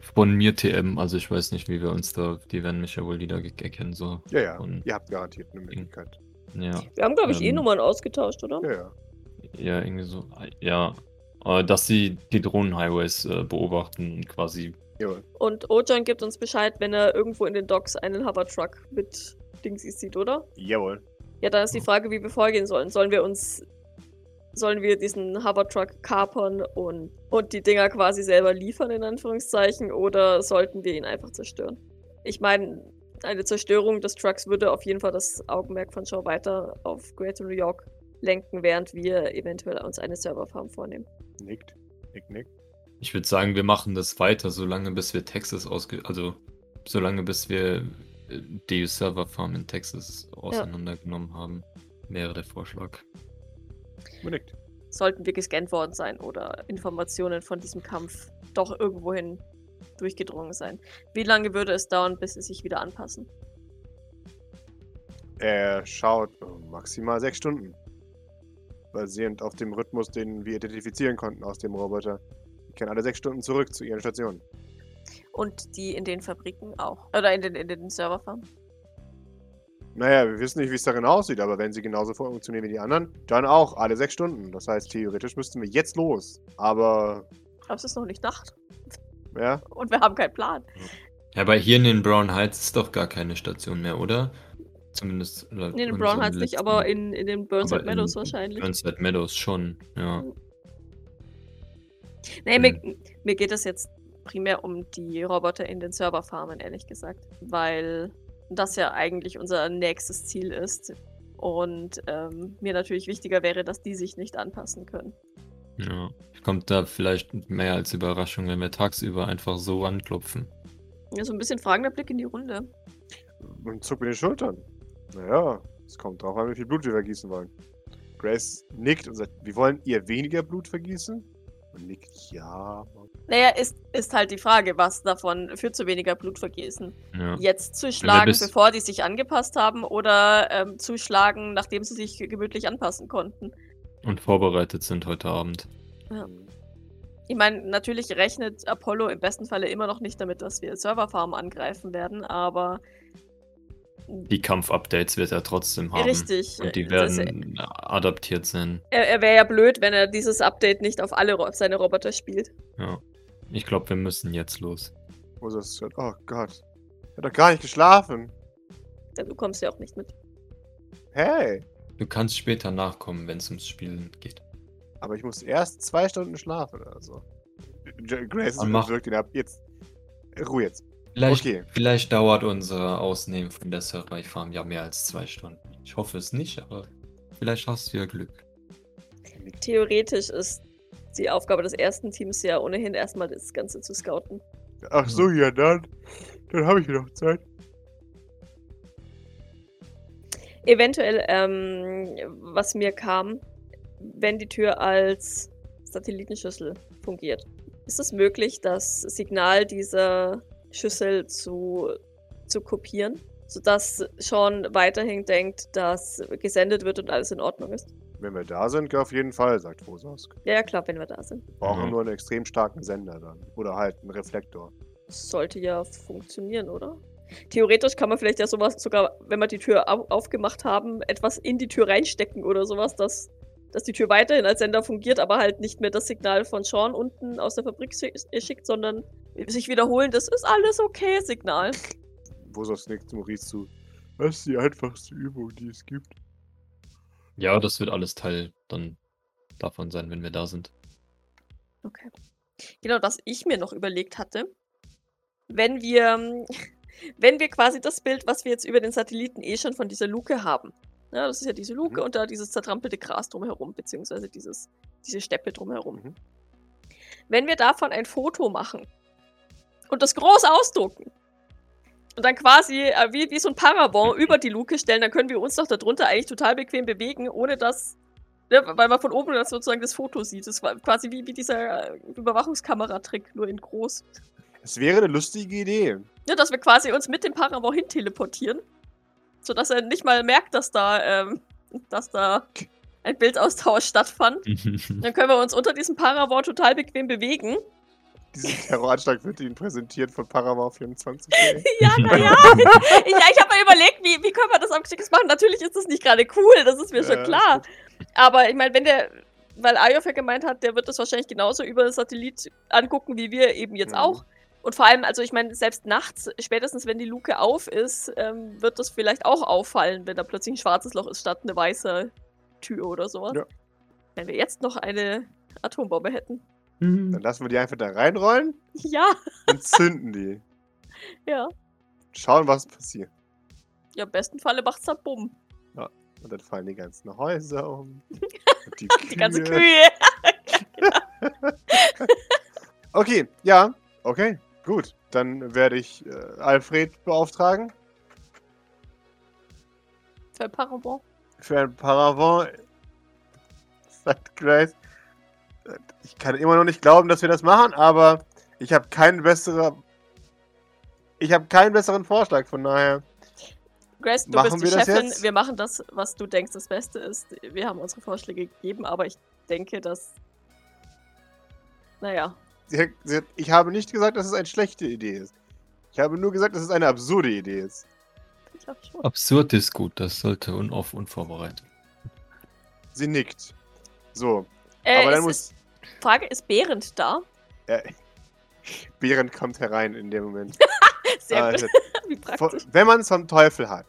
C: Von mir TM, also ich weiß nicht, wie wir uns da, die werden mich ja wohl wieder ge- erkennen, so.
B: Ja, ja.
C: Und-
B: Ihr habt garantiert eine Möglichkeit.
C: Ja.
A: Wir haben, glaube ich, eh
C: Ähm.
A: Nummern ausgetauscht, oder?
B: Ja, ja.
C: Ja, irgendwie so. Ja. Äh, Dass sie die Drohnenhighways äh, beobachten, quasi.
B: Jawohl.
A: Und Ojan gibt uns Bescheid, wenn er irgendwo in den Docks einen Hovertruck mit Dingsies sieht, oder?
B: Jawohl.
A: Ja, dann ist die Frage, wie wir vorgehen sollen. Sollen wir uns. Sollen wir diesen Hovertruck kapern und, und die Dinger quasi selber liefern, in Anführungszeichen, oder sollten wir ihn einfach zerstören? Ich meine, eine Zerstörung des Trucks würde auf jeden Fall das Augenmerk von Shaw weiter auf Greater New York lenken, während wir eventuell uns eine Serverfarm vornehmen.
B: Nickt. Nick, nick.
C: Ich würde sagen, wir machen das weiter, solange bis wir Texas ausge... Also, solange bis wir äh, die Serverfarm in Texas auseinandergenommen haben, wäre der Vorschlag.
B: Nur nickt.
A: Sollten wir gescannt worden sein oder Informationen von diesem Kampf doch irgendwohin durchgedrungen sein. Wie lange würde es dauern, bis sie sich wieder anpassen?
B: Er schaut äh, maximal sechs Stunden. Basierend auf dem Rhythmus, den wir identifizieren konnten aus dem Roboter. Die kehren alle sechs Stunden zurück zu ihren Stationen.
A: Und die in den Fabriken auch. Oder in den, in den Serverfarmen.
B: Naja, wir wissen nicht, wie es darin aussieht, aber wenn sie genauso funktionieren wie die anderen, dann auch alle sechs Stunden. Das heißt, theoretisch müssten wir jetzt los. Aber,
A: Aber es ist noch nicht Nacht.
B: ja,
A: Und wir haben keinen Plan.
C: Ja, aber hier in den Brown Heights ist doch gar keine Station mehr, oder? Zumindest.
A: Nee, in den Brown Heights nicht, aber in, in den Burnside
C: Aber in
A: Meadows wahrscheinlich.
C: Burnside Meadows halt schon, ja.
A: nee, mir, mir geht es jetzt primär um die Roboter in den Serverfarmen, ehrlich gesagt. Weil das ja eigentlich unser nächstes Ziel ist. Und ähm, mir natürlich wichtiger wäre, dass die sich nicht anpassen können.
C: ja. Kommt da vielleicht mehr als Überraschung, wenn wir tagsüber einfach so anklopfen.
A: Ja, so ein bisschen fragender Blick in die Runde.
B: und zuckt mit den Schultern. Naja, es kommt drauf an, wie viel Blut wir vergießen wollen. Grace nickt und sagt, wir wollen ihr weniger Blut vergießen? Und nickt, ja.
A: Naja, ist, ist halt die Frage, was davon führt zu weniger Blutvergießen.
C: Ja.
A: Jetzt zu schlagen,
C: bist-
A: bevor die sich angepasst haben, oder ähm, zu schlagen, nachdem sie sich gemütlich anpassen konnten.
C: Und vorbereitet sind heute Abend.
A: Ja. Ich meine, natürlich rechnet Apollo im besten Falle immer noch nicht damit, dass wir Serverfarmen angreifen werden, aber
C: Die Kampf-Updates wird er trotzdem haben.
A: richtig.
C: Und die
A: das-
C: werden adaptiert sein.
A: er er wäre ja blöd, wenn er dieses Update nicht auf alle Ro- seine Roboter spielt.
C: Ja. Ich glaube, wir müssen jetzt los.
B: Wo ist das? Oh Gott. Ich hab doch gar nicht geschlafen.
A: Denn du kommst ja auch nicht mit.
B: Hey.
C: Du kannst später nachkommen, wenn es ums Spielen geht.
B: Aber ich muss erst zwei Stunden schlafen oder so. J- Grace
C: Dann mach.
B: wirkt ihn ab. Jetzt. Ruhe jetzt.
C: Vielleicht,
B: Okay.
C: vielleicht dauert unsere Ausnehmen von der Serverfarm ja mehr als zwei Stunden. Ich hoffe es nicht, aber vielleicht hast du ja Glück.
A: Theoretisch ist die Aufgabe des ersten Teams ja ohnehin erstmal das Ganze zu scouten.
B: Ach so, ja, dann. Dann habe ich noch Zeit.
A: Eventuell, ähm, was mir kam, wenn die Tür als Satellitenschüssel fungiert, ist es möglich, das Signal dieser Schüssel zu, zu kopieren, sodass Sean weiterhin denkt, dass gesendet wird und alles in Ordnung ist?
B: Wenn wir da sind, auf jeden Fall, sagt Vosask.
A: Ja, ja, klar, wenn wir da sind.
B: Wir brauchen
C: Mhm.
B: nur einen extrem starken Sender dann. Oder halt einen Reflektor.
A: Das sollte ja funktionieren, oder? Theoretisch kann man vielleicht ja sowas sogar, wenn wir die Tür au aufgemacht haben, etwas in die Tür reinstecken oder sowas, dass, dass die Tür weiterhin als Sender fungiert, aber halt nicht mehr das Signal von Sean unten aus der Fabrik schi- schickt, sondern sich wiederholen, das ist alles okay Signal.
B: Vosask nickt zu Maurice zu. Das ist die einfachste Übung, die es gibt.
C: Ja, das wird alles Teil dann davon sein, wenn wir da sind.
A: Okay. Genau, was ich mir noch überlegt hatte, wenn wir, ähm, wenn wir quasi das Bild, was wir jetzt über den Satelliten eh schon von dieser Luke haben, ja, das ist ja diese Luke
B: Mhm.
A: und da dieses zertrampelte Gras drumherum, beziehungsweise dieses, diese Steppe drumherum.
B: Mhm.
A: Wenn wir davon ein Foto machen und das groß ausdrucken und dann quasi äh, wie, wie so ein Paravent über die Luke stellen, dann können wir uns doch darunter eigentlich total bequem bewegen, ohne dass, ne, weil man von oben dann sozusagen das Foto sieht. Das war quasi wie, wie dieser äh, Überwachungskameratrick, nur in groß.
B: Es wäre eine lustige Idee.
A: Ja, dass wir quasi uns mit dem Paravent hin teleportieren. Sodass er nicht mal merkt, dass da, ähm, dass da ein Bildaustausch stattfand. Dann können wir uns unter diesem Paravent total bequem bewegen.
B: Dieser Terroranschlag wird Ihnen präsentiert von Paramount 24.
A: Ja, naja. ich ja, ich habe mir überlegt, wie, wie können wir das am geschicktesten machen. Natürlich ist das nicht gerade cool, das ist mir
B: Ja,
A: schon
B: ist
A: klar. Aber ich meine, wenn der, weil Ayov ja gemeint hat, der wird das wahrscheinlich genauso über den Satellit angucken, wie wir eben jetzt
B: Mhm.
A: auch. Und vor allem, also ich meine, selbst nachts, spätestens wenn die Luke auf ist, ähm, wird das vielleicht auch auffallen, wenn da plötzlich ein schwarzes Loch ist statt eine weiße Tür oder sowas.
B: Ja.
A: Wenn wir jetzt noch eine Atombombe hätten.
B: Dann lassen wir die einfach da reinrollen
A: Ja,
B: und zünden die.
A: ja.
B: Schauen, was passiert.
A: Ja, im besten Falle macht's da Bumm.
B: Und dann fallen die ganzen Häuser um. Und die,
A: Die ganze Kühe.
B: Okay, ja. Okay, gut. Dann werde ich äh, Alfred beauftragen,
A: Für Parabon.
B: für ein Paravent. Sagt Grace. Ich kann immer noch nicht glauben, dass wir das machen, aber ich habe keinen besseren. Ich habe keinen besseren Vorschlag, von daher.
A: Grace, du
B: Machen
A: bist die
B: wir das
A: Chefin.
B: jetzt?
A: Wir machen das, was du denkst, das Beste ist. Wir haben unsere Vorschläge gegeben, aber ich denke, dass. Naja,
B: Sie hat, sie hat, ich habe nicht gesagt, dass es eine schlechte Idee ist. Ich habe nur gesagt, dass es eine absurde Idee ist.
A: ich glaube schon.
C: Absurd ist gut, das sollte un auf unvorbereitet.
B: Sie nickt. So,
A: Äh,
B: aber dann
A: ist,
B: muss.
A: Frage: Ist Behrend da?
B: Äh, Behrend kommt herein in dem Moment.
A: Sehr
B: Also,
A: gut. Wie
B: vor-
A: praktisch.
B: wenn man es vom Teufel hat.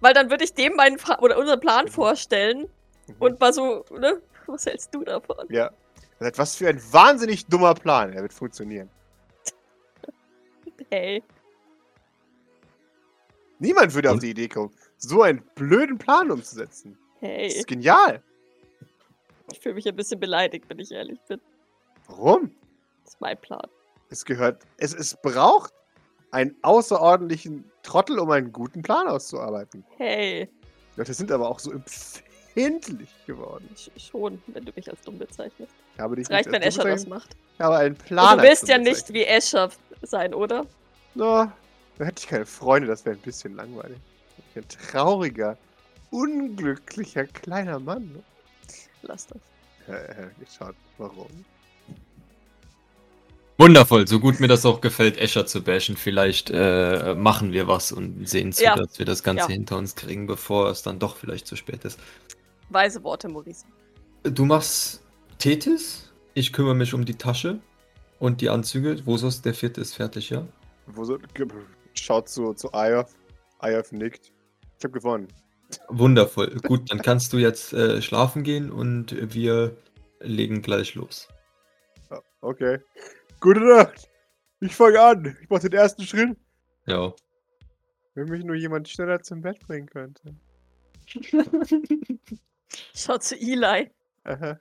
A: Weil dann würde ich dem meinen Fra oder unseren Plan
B: Genau.
A: vorstellen
B: Mhm.
A: und mal so, ne? Was hältst du davon?
B: Ja. Er sagt, was für ein wahnsinnig dummer Plan. Er wird funktionieren.
A: Hey.
B: Niemand würde auf
C: Und-
B: die Idee kommen, so einen blöden Plan umzusetzen. Das
A: Hey,
B: ist genial.
A: ich fühle mich ein bisschen beleidigt, wenn ich ehrlich bin.
B: Warum?
A: Das ist mein Plan.
B: Es gehört. Es, es braucht einen außerordentlichen Trottel, um einen guten Plan auszuarbeiten.
A: Hey,
B: Die Leute sind aber auch so empfindlich geworden.
A: sch schon, wenn du mich als dumm bezeichnest.
B: Ich habe dich
A: Es reicht, wenn
B: nicht als
A: Escher
B: dumm
A: das
B: bezeichnet,
A: macht.
B: Ich habe einen
A: Und
B: Plan.
A: du
B: als
A: willst
B: dumm
A: ja nicht
B: bezeichnet.
A: wie Escher sein, oder?
B: Na, da hätte ich keine Freunde, das wäre ein bisschen langweilig. Ich bin Ein trauriger, unglücklicher kleiner Mann.
A: Lass das.
B: Äh, äh, geschaut, warum?
C: Wundervoll, so gut mir das auch gefällt, Escher zu bashen. Vielleicht äh, machen wir was und sehen zu,
A: Ja.
C: dass wir das Ganze
A: Ja.
C: hinter uns kriegen, bevor es dann doch vielleicht zu spät ist.
A: Weise Worte, Maurice.
C: Du machst Tethys, ich kümmere mich um die Tasche und die Anzüge. Vosos, der vierte ist fertig, ja?
B: Wo so, ge- schaut zu, zu Ayov. Ayov nickt. Ich habe gewonnen.
C: Wundervoll. Gut, dann kannst du jetzt äh, schlafen gehen und wir legen gleich los.
B: Ah, Okay. Gute Nacht. Ich fange an. Ich mache den ersten Schritt.
C: Ja.
B: Wenn mich nur jemand schneller zum Bett bringen könnte.
A: Schau zu Eli.
B: Aha.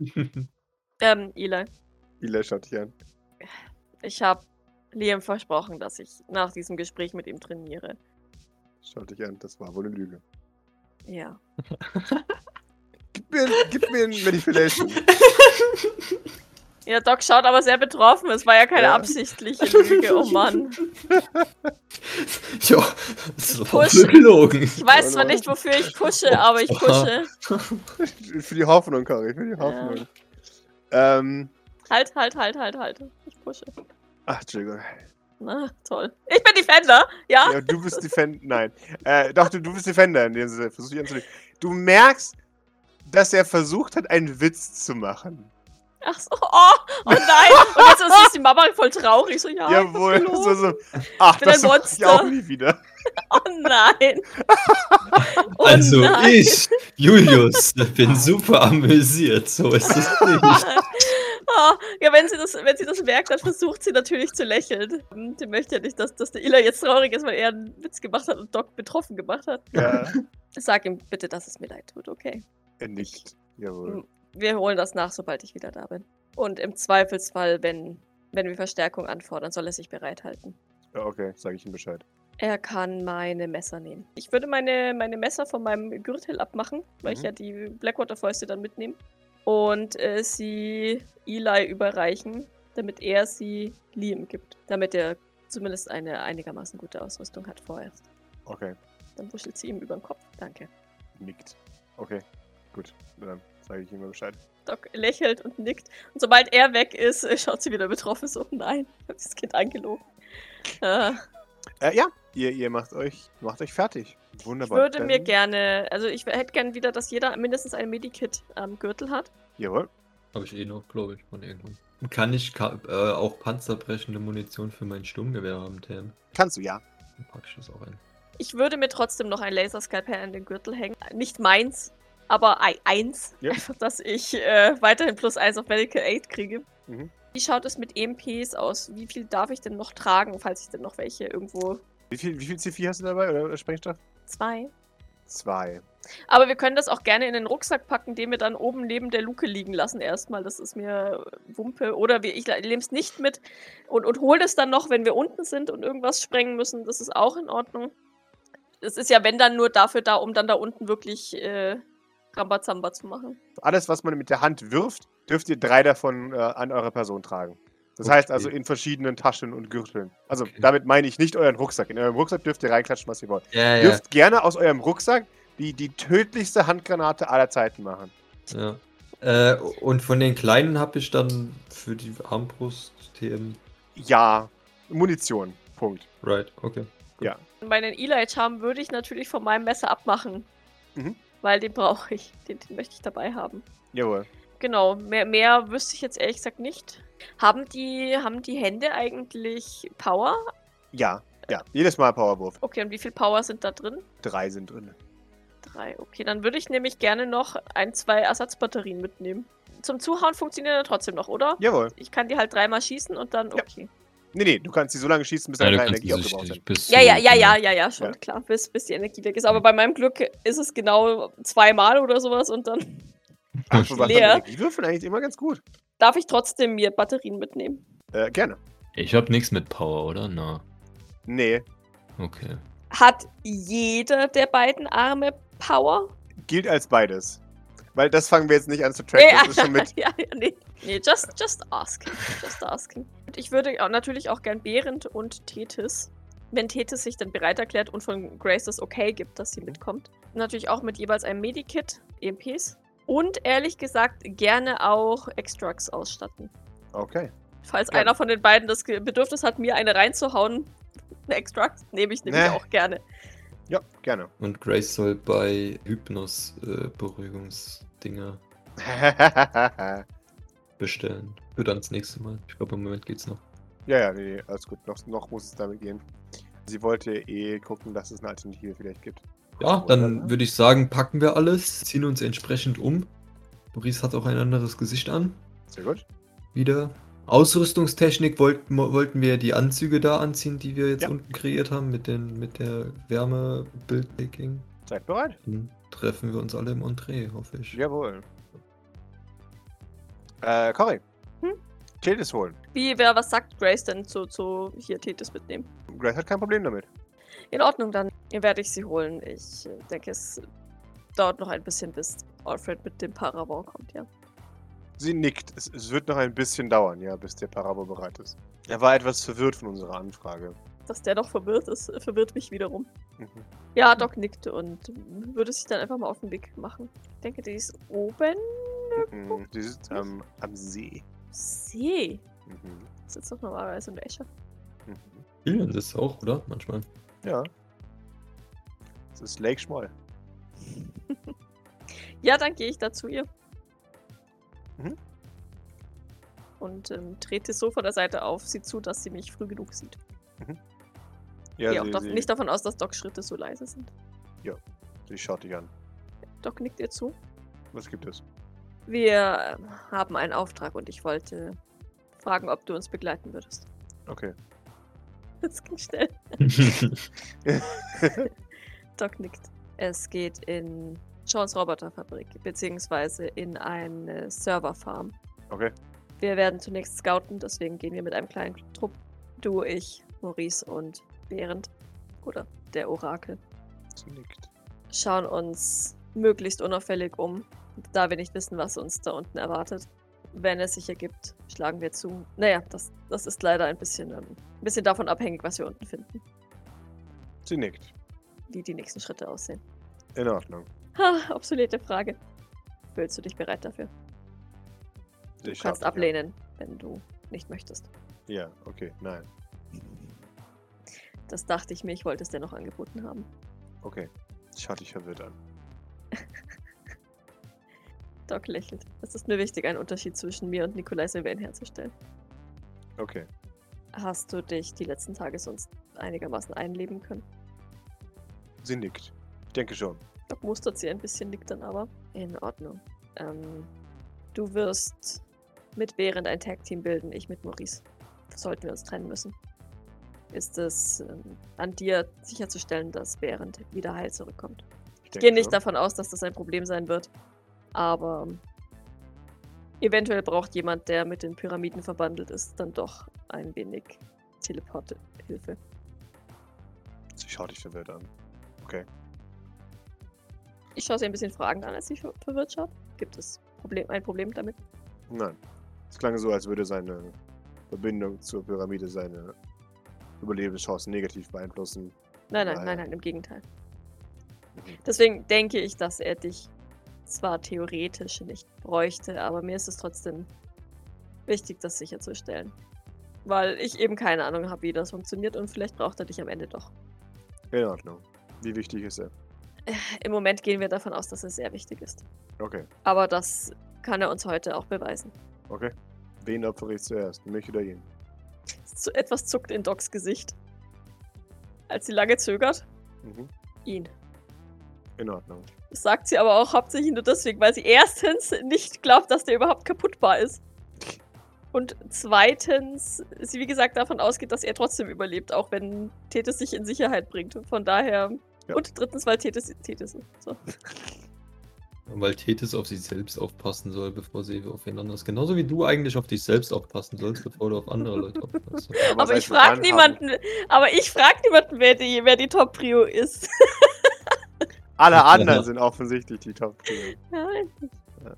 A: Ähm, Eli.
B: Ila schaut dich an.
A: Ich habe Liam versprochen, dass ich nach diesem Gespräch mit ihm trainiere.
B: Schaut dich an. Das war wohl eine Lüge.
A: Ja.
B: Gib mir, gib mir ein Manipulation.
A: Ja, Doc schaut aber sehr betroffen. Es war ja keine
B: Ja.
A: absichtliche Lüge. Oh Mann.
C: ja, das war
A: Push.
C: gelogen.
A: Ich weiß zwar nicht, wofür ich pushe, aber ich pushe.
B: Für die Hoffnung, Cory, für die Hoffnung. Ähm,
A: Halt, halt, halt, halt, halt. Ich pushe.
B: ach, Entschuldigung.
A: Na, toll. Ich bin Defender, ja?
B: Ja, du bist Defender. Nein. Äh, doch, du, du bist Defender in dem Sinne. Versuch dich anzulügen. Du merkst, dass er versucht hat, einen Witz zu machen.
A: Ach so, oh, oh nein. Und jetzt ist jetzt die Mama voll traurig. So, ja,
B: Jawohl.
A: ich hab's
B: So,
A: gelogen.
B: so. Ach,
A: bin
B: das
A: ein
B: mach ich
A: Monster.
B: auch nie wieder.
A: Oh nein. Oh
C: Also
A: nein.
C: ich, Julius, bin super amüsiert. So ist es nicht.
A: Ah, ja, wenn sie, das, wenn sie das merkt, dann versucht sie natürlich zu lächeln. Hm, Die möchte ja nicht, dass, dass der Ila jetzt traurig ist, weil er einen Witz gemacht hat und Doc betroffen gemacht hat.
B: Ja.
A: Sag ihm bitte, dass es mir leid tut, okay?
B: Er nickt. Jawohl.
A: Wir holen das nach, sobald ich wieder da bin. Und im Zweifelsfall, wenn, wenn wir Verstärkung anfordern, soll er sich bereithalten.
B: Ja, okay, sage ich ihm Bescheid.
A: Er kann meine Messer nehmen. Ich würde meine, meine Messer von meinem Gürtel abmachen, weil ich
B: Mhm.
A: ja die Blackwater-Fäuste dann mitnehme. Und äh, sie Eli überreichen, damit er sie Liam gibt. Damit er zumindest eine einigermaßen gute Ausrüstung hat vorerst.
B: Okay,
A: Dann wuschelt sie ihm über den Kopf. Danke.
B: nickt. Okay, gut. Dann sage ich ihm mal Bescheid.
A: Doc lächelt und nickt. Und sobald er weg ist, äh, schaut sie wieder betroffen so. Nein, ich hab das Kind angelogen. Äh,
B: Äh, ja, ihr, ihr macht euch macht euch fertig.
A: ich
B: Wunderbar.
A: würde mir
B: Dann-
A: gerne, also ich hätte gern wieder, dass jeder mindestens ein Medikit am Gürtel hat.
B: Jawohl.
C: Habe ich eh noch, glaube ich, von irgendwann. Kann ich ka äh, auch panzerbrechende Munition für mein Sturmgewehr haben, Tam?
B: Kannst du, ja.
C: Dann packe ich das auch ein.
A: Ich würde mir trotzdem noch ein Laserskalpell an den Gürtel hängen. Nicht meins, aber ei- eins.
B: Ja.
A: Einfach, dass ich äh, weiterhin plus eins auf Medical Aid kriege.
B: Mhm.
A: Wie schaut es mit EMPs aus? Wie viel darf ich denn noch tragen, falls ich denn noch welche irgendwo.
B: Wie viel, wie viel C4 hast du dabei? Oder Sprengstoff?
A: Zwei?
B: Zwei.
A: Aber wir können das auch gerne in den Rucksack packen, den wir dann oben neben der Luke liegen lassen erstmal. Das ist mir äh, Wumpe. Oder wir, ich nehme es nicht mit und, und hole es dann noch, wenn wir unten sind und irgendwas sprengen müssen. Das ist auch in Ordnung. Es ist ja, wenn dann nur dafür da, um dann da unten wirklich äh, Rambazamba zu machen.
B: Alles, was man mit der Hand wirft, dürft ihr drei davon äh, an eure Person tragen. Das
C: Okay.
B: heißt also in verschiedenen Taschen und Gürteln. Also
C: Okay.
B: damit meine ich nicht euren Rucksack. In eurem Rucksack dürft ihr reinklatschen, was ihr wollt.
D: Ja,
B: Ihr
D: ja.
B: dürft gerne aus eurem Rucksack die, die tödlichste Handgranate aller Zeiten machen.
D: ja. Äh, und von den Kleinen habe ich dann für die Armbrust TM.
B: Ja, Munition. Punkt.
D: Right, okay.
A: Meinen Eli-Charm würde ich natürlich von meinem Messer abmachen.
B: Mhm.
A: Weil den brauche ich. Den, den möchte ich dabei haben.
B: Jawohl.
A: Genau, mehr, mehr wüsste ich jetzt ehrlich gesagt nicht. Haben die, haben die Hände eigentlich Power?
B: Ja, ja. Jedes Mal Powerwurf.
A: Okay, und wie viel Power sind da drin?
B: Drei sind drin.
A: Drei. Okay, dann würde ich nämlich gerne noch ein, zwei Ersatzbatterien mitnehmen. Zum Zuhauen funktioniert er trotzdem noch, oder?
B: Jawohl.
A: Ich kann die halt dreimal schießen und dann. Okay.
B: Nee, nee, du kannst sie so lange schießen, bis
C: Ja,
B: deine
C: du
B: ja,
C: kannst
B: Energie
C: dieses
B: aufgebraucht sind.
C: bis
A: Ja, ja, ja, ja, ja,
C: ja.
A: ja, schon
B: Ja.
A: klar, bis, bis die Energie weg ist. Aber bei meinem Glück ist es genau zweimal oder sowas und dann
B: Ach, so was
A: Leer.
B: dann Energiewürfeln eigentlich immer ganz gut.
A: darf ich trotzdem mir Batterien mitnehmen.
B: Äh, gerne.
C: Ich hab nichts mit Power, oder? Na,
B: Nee.
C: okay.
A: Hat jeder der beiden Arme Power?
B: Gilt als beides. Weil das fangen wir jetzt nicht an zu tracken. Das ist schon mit.
A: ja, ja, nee. Nee, just, just asking. Just asking. Und ich würde auch natürlich auch gern Behrend und Tethys, wenn Tethys sich dann bereit erklärt und von Grace das okay gibt,
B: Mhm.
A: dass sie mitkommt. Natürlich auch mit jeweils einem Medikit, EMPs. Und ehrlich gesagt gerne auch Extracts ausstatten.
B: Okay.
A: Falls
B: Gerne.
A: einer von den beiden das Ge- Bedürfnis hat, mir eine reinzuhauen, eine Extract nehme ich nämlich
B: Nee.
A: auch gerne.
B: Ja, gerne.
D: Und Grace soll bei Hypnos äh, Beruhigungsdinger
B: ja,
D: bestellen. Für dann das nächste Mal. Ich glaube, im Moment geht's noch.
B: ja, nee, nee, alles gut. Noch, noch muss es damit gehen. Sie wollte eh gucken, dass es eine Alternative vielleicht gibt. ne?
D: Ja,
B: Wunderbar.
D: dann würde ich sagen, packen wir alles, ziehen uns entsprechend um. Maurice hat auch ein anderes Gesicht an.
B: Sehr gut.
D: Wieder. Ausrüstungstechnik wollten, wollten wir die Anzüge da anziehen, die wir jetzt
B: Ja.
D: unten kreiert haben mit, den, mit der Wärme-Bildmaking.
B: Seid bereit?
D: Dann treffen wir uns alle im Entree, hoffe ich.
B: Jawohl. Äh, Cory.
A: Hm?
B: Tethys holen.
A: Wie, wer was sagt Grace denn zu, zu hier Tethys mitnehmen?
B: Grace hat kein Problem damit.
A: In Ordnung, dann werde ich sie holen. Ich äh, denke, es dauert noch ein bisschen, bis Alfred mit dem Paravon kommt, ja.
B: Sie nickt. Es, es wird noch ein bisschen dauern, ja, bis der Parabo bereit ist. Er war etwas verwirrt von unserer Anfrage.
A: Dass der noch verwirrt ist, äh, verwirrt mich wiederum.
B: Mhm.
A: Ja, Doc nickte und würde sich dann einfach mal auf den Weg machen. Ich denke, die ist oben
B: Mhm. Sie sitzt am,
A: Hm?
B: am See.
A: am See.
B: Mhm.
A: Sitzt doch normalerweise in der Esche.
B: Mhm.
D: Julian sitzt auch, oder? Manchmal.
B: Ja. Es ist Lake Schmoll.
A: Ja, dann gehe ich da zu ihr.
B: Mhm.
A: Und ähm, trete so von der Seite auf sie zu, dass sie mich früh genug sieht.
B: Ja,
A: Gehe auch
B: sie,
A: dav-
B: sie,
A: nicht davon aus, dass Doc Schritte so leise sind.
B: sie schaut dich an.
A: Doc nickt ihr zu.
B: Was gibt es?
A: Wir ähm, haben einen Auftrag und ich wollte fragen, ob du uns begleiten würdest.
B: Okay.
A: Das ging schnell. Doc nickt. Es geht in Sean's Roboterfabrik, beziehungsweise in eine Serverfarm.
B: Okay.
A: Wir werden zunächst scouten, deswegen gehen wir mit einem kleinen Trupp. Du, ich, Maurice und Behrend. Oder der Orakel.
B: Sie nickt.
A: Schauen uns möglichst unauffällig um, da wir nicht wissen, was uns da unten erwartet. Wenn es sich ergibt, schlagen wir zu. Naja, das, das ist leider ein bisschen, ähm, ein bisschen davon abhängig, was wir unten finden,
B: Sie nickt.
A: wie die nächsten Schritte aussehen.
B: In Ordnung.
A: Ha, obsolete Frage. Fühlst du dich bereit dafür? Du kannst ablehnen, wenn du nicht möchtest.
B: Ja. ja, okay. Nein.
A: Das dachte ich mir, ich wollte es dir noch angeboten haben.
B: Okay. Sie Schaut dich verwirrt an.
A: Doc lächelt. Es ist mir wichtig, einen Unterschied zwischen mir und Nikolai Sylvain herzustellen.
B: Okay.
A: Hast du dich die letzten Tage sonst einigermaßen einleben können?
B: Sie nickt. Ich denke schon.
A: Doc mustert sie ein bisschen, nickt dann aber. In Ordnung. Ähm, du wirst mit Behrend ein Tag-Team bilden, ich mit Maurice. Sollten wir uns trennen müssen. Ist es ähm, an dir sicherzustellen, dass Behrend wieder heil zurückkommt. Ich gehe nicht davon aus, dass das ein Problem sein wird. Aber ähm, eventuell braucht jemand, der mit den Pyramiden verbandelt ist, dann doch ein wenig Teleporthilfe.
B: Sie schaut dich verwirrt an.
A: Ich schaue sie ein bisschen fragend an, als sie ver- verwirrt schaut. Gibt es Problem, ein Problem damit?
B: Nein. Es klang so, als würde seine Verbindung zur Pyramide seine Überlebenschancen negativ beeinflussen.
A: Nein, nein,
B: Nein.
A: nein, nein, im Gegenteil.
B: Mhm.
A: Deswegen denke ich, dass er dich zwar theoretisch nicht bräuchte, aber mir ist es trotzdem wichtig, das sicherzustellen. Weil ich eben keine Ahnung habe, wie das funktioniert und vielleicht braucht er dich am Ende doch.
B: In Ordnung. Wie wichtig ist er?
A: Im Moment gehen wir davon aus, dass es sehr wichtig ist.
B: Okay,
A: Aber das kann er uns heute auch beweisen.
B: okay. Wen opfere ich zuerst? Mich oder ihn?
A: Zu- Etwas zuckt in Docs Gesicht. Als sie lange zögert,
B: Mhm.
A: ihn.
B: In Ordnung.
A: Das sagt sie aber auch hauptsächlich nur deswegen, weil sie erstens nicht glaubt, dass der überhaupt kaputtbar ist. Und zweitens, sie wie gesagt davon ausgeht, dass er trotzdem überlebt, auch wenn Tethys sich in Sicherheit bringt. Von daher.
B: Ja.
A: Und drittens, weil Tethys Tethys ist. So.
D: Weil Tethys auf sich selbst aufpassen soll, bevor sie auf wen anderes. Genauso wie du eigentlich auf dich selbst aufpassen sollst, bevor du auf andere Leute aufpasst.
A: Aber,
B: seit
A: ich
B: wir
A: frage
B: anhaben-
A: niemanden, aber ich frage niemanden, wer die, wer die Top-Prio ist.
B: Alle anderen sind offensichtlich die top -Tier.
A: Nein.
B: Ja.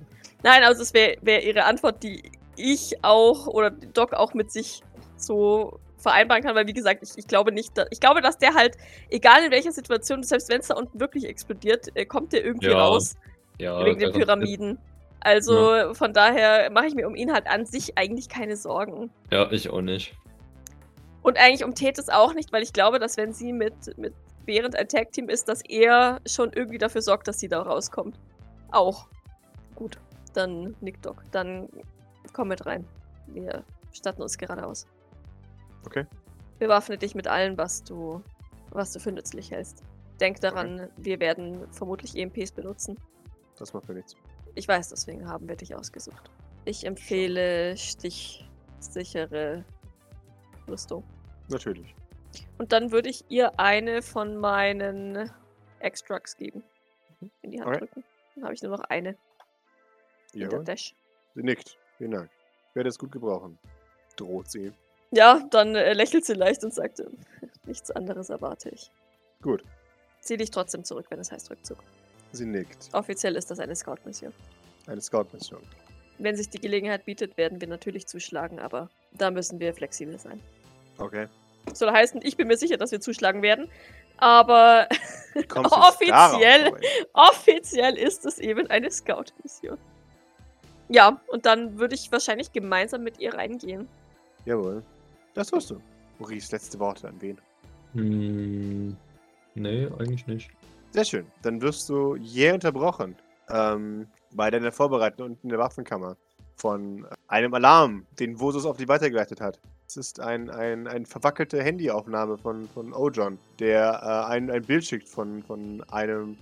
A: Nein, also es wäre wär ihre Antwort, die ich auch oder die Doc auch mit sich so vereinbaren kann, weil wie gesagt, ich, ich glaube nicht, dass, ich glaube, dass der halt, egal in welcher Situation, selbst wenn es da unten wirklich explodiert, äh, kommt der irgendwie
C: Ja,
A: raus,
D: Ja,
A: wegen den
D: garantiert.
A: Pyramiden. Also von daher mache ich mir um ihn halt an sich eigentlich keine Sorgen.
C: Ja, ich auch nicht.
A: Und eigentlich um Tethys auch nicht, weil ich glaube, dass wenn sie mit, mit während ein Tag-Team ist, dass er schon irgendwie dafür sorgt, dass sie da rauskommt. Auch. Gut, dann nickt Doc. Dann komm mit rein. Wir statten uns geradeaus.
B: Okay.
A: Bewaffne dich mit allem, was du, was du für nützlich hältst. Denk daran, wir werden vermutlich EMPs benutzen.
B: Das macht mir nichts.
A: Ich weiß, deswegen haben wir dich ausgesucht. Ich empfehle stichsichere Rüstung.
B: Natürlich.
A: Und dann würde ich ihr eine von meinen Extracts geben. In die Hand
B: Okay.
A: drücken. Dann habe ich nur noch eine in der
B: Ja.
A: Dash.
B: Sie nickt. Vielen Dank. Ich werde es gut gebrauchen. Droht sie.
A: Ja, dann äh, lächelt sie leicht und sagt, äh, nichts anderes erwarte ich.
B: Gut.
A: Zieh dich trotzdem zurück, wenn es heißt Rückzug.
B: Sie nickt.
A: Offiziell ist das eine Scout-Mission.
B: Eine Scout-Mission.
A: Wenn sich die Gelegenheit bietet, werden wir natürlich zuschlagen, aber da müssen wir flexibel sein.
B: Okay.
A: Soll heißen, ich bin mir sicher, dass wir zuschlagen werden, aber
B: Wie kommst du jetzt darauf,
A: Offiziell.
B: Robin?
A: Offiziell ist es eben eine Scout-Mission. Ja, und dann würde ich wahrscheinlich gemeinsam mit ihr reingehen.
B: Jawohl. Das tust du. Maurice, letzte Worte an wen?
D: Hm, nee, eigentlich nicht.
B: Sehr schön. Dann wirst du jäh unterbrochen ähm, bei deiner Vorbereitung unten in der Waffenkammer von einem Alarm, den Vosus auf dich weitergeleitet hat. Es ist ein, ein, ein verwackelte Handyaufnahme von, von Ojon, der äh, ein, ein Bild schickt von, von einem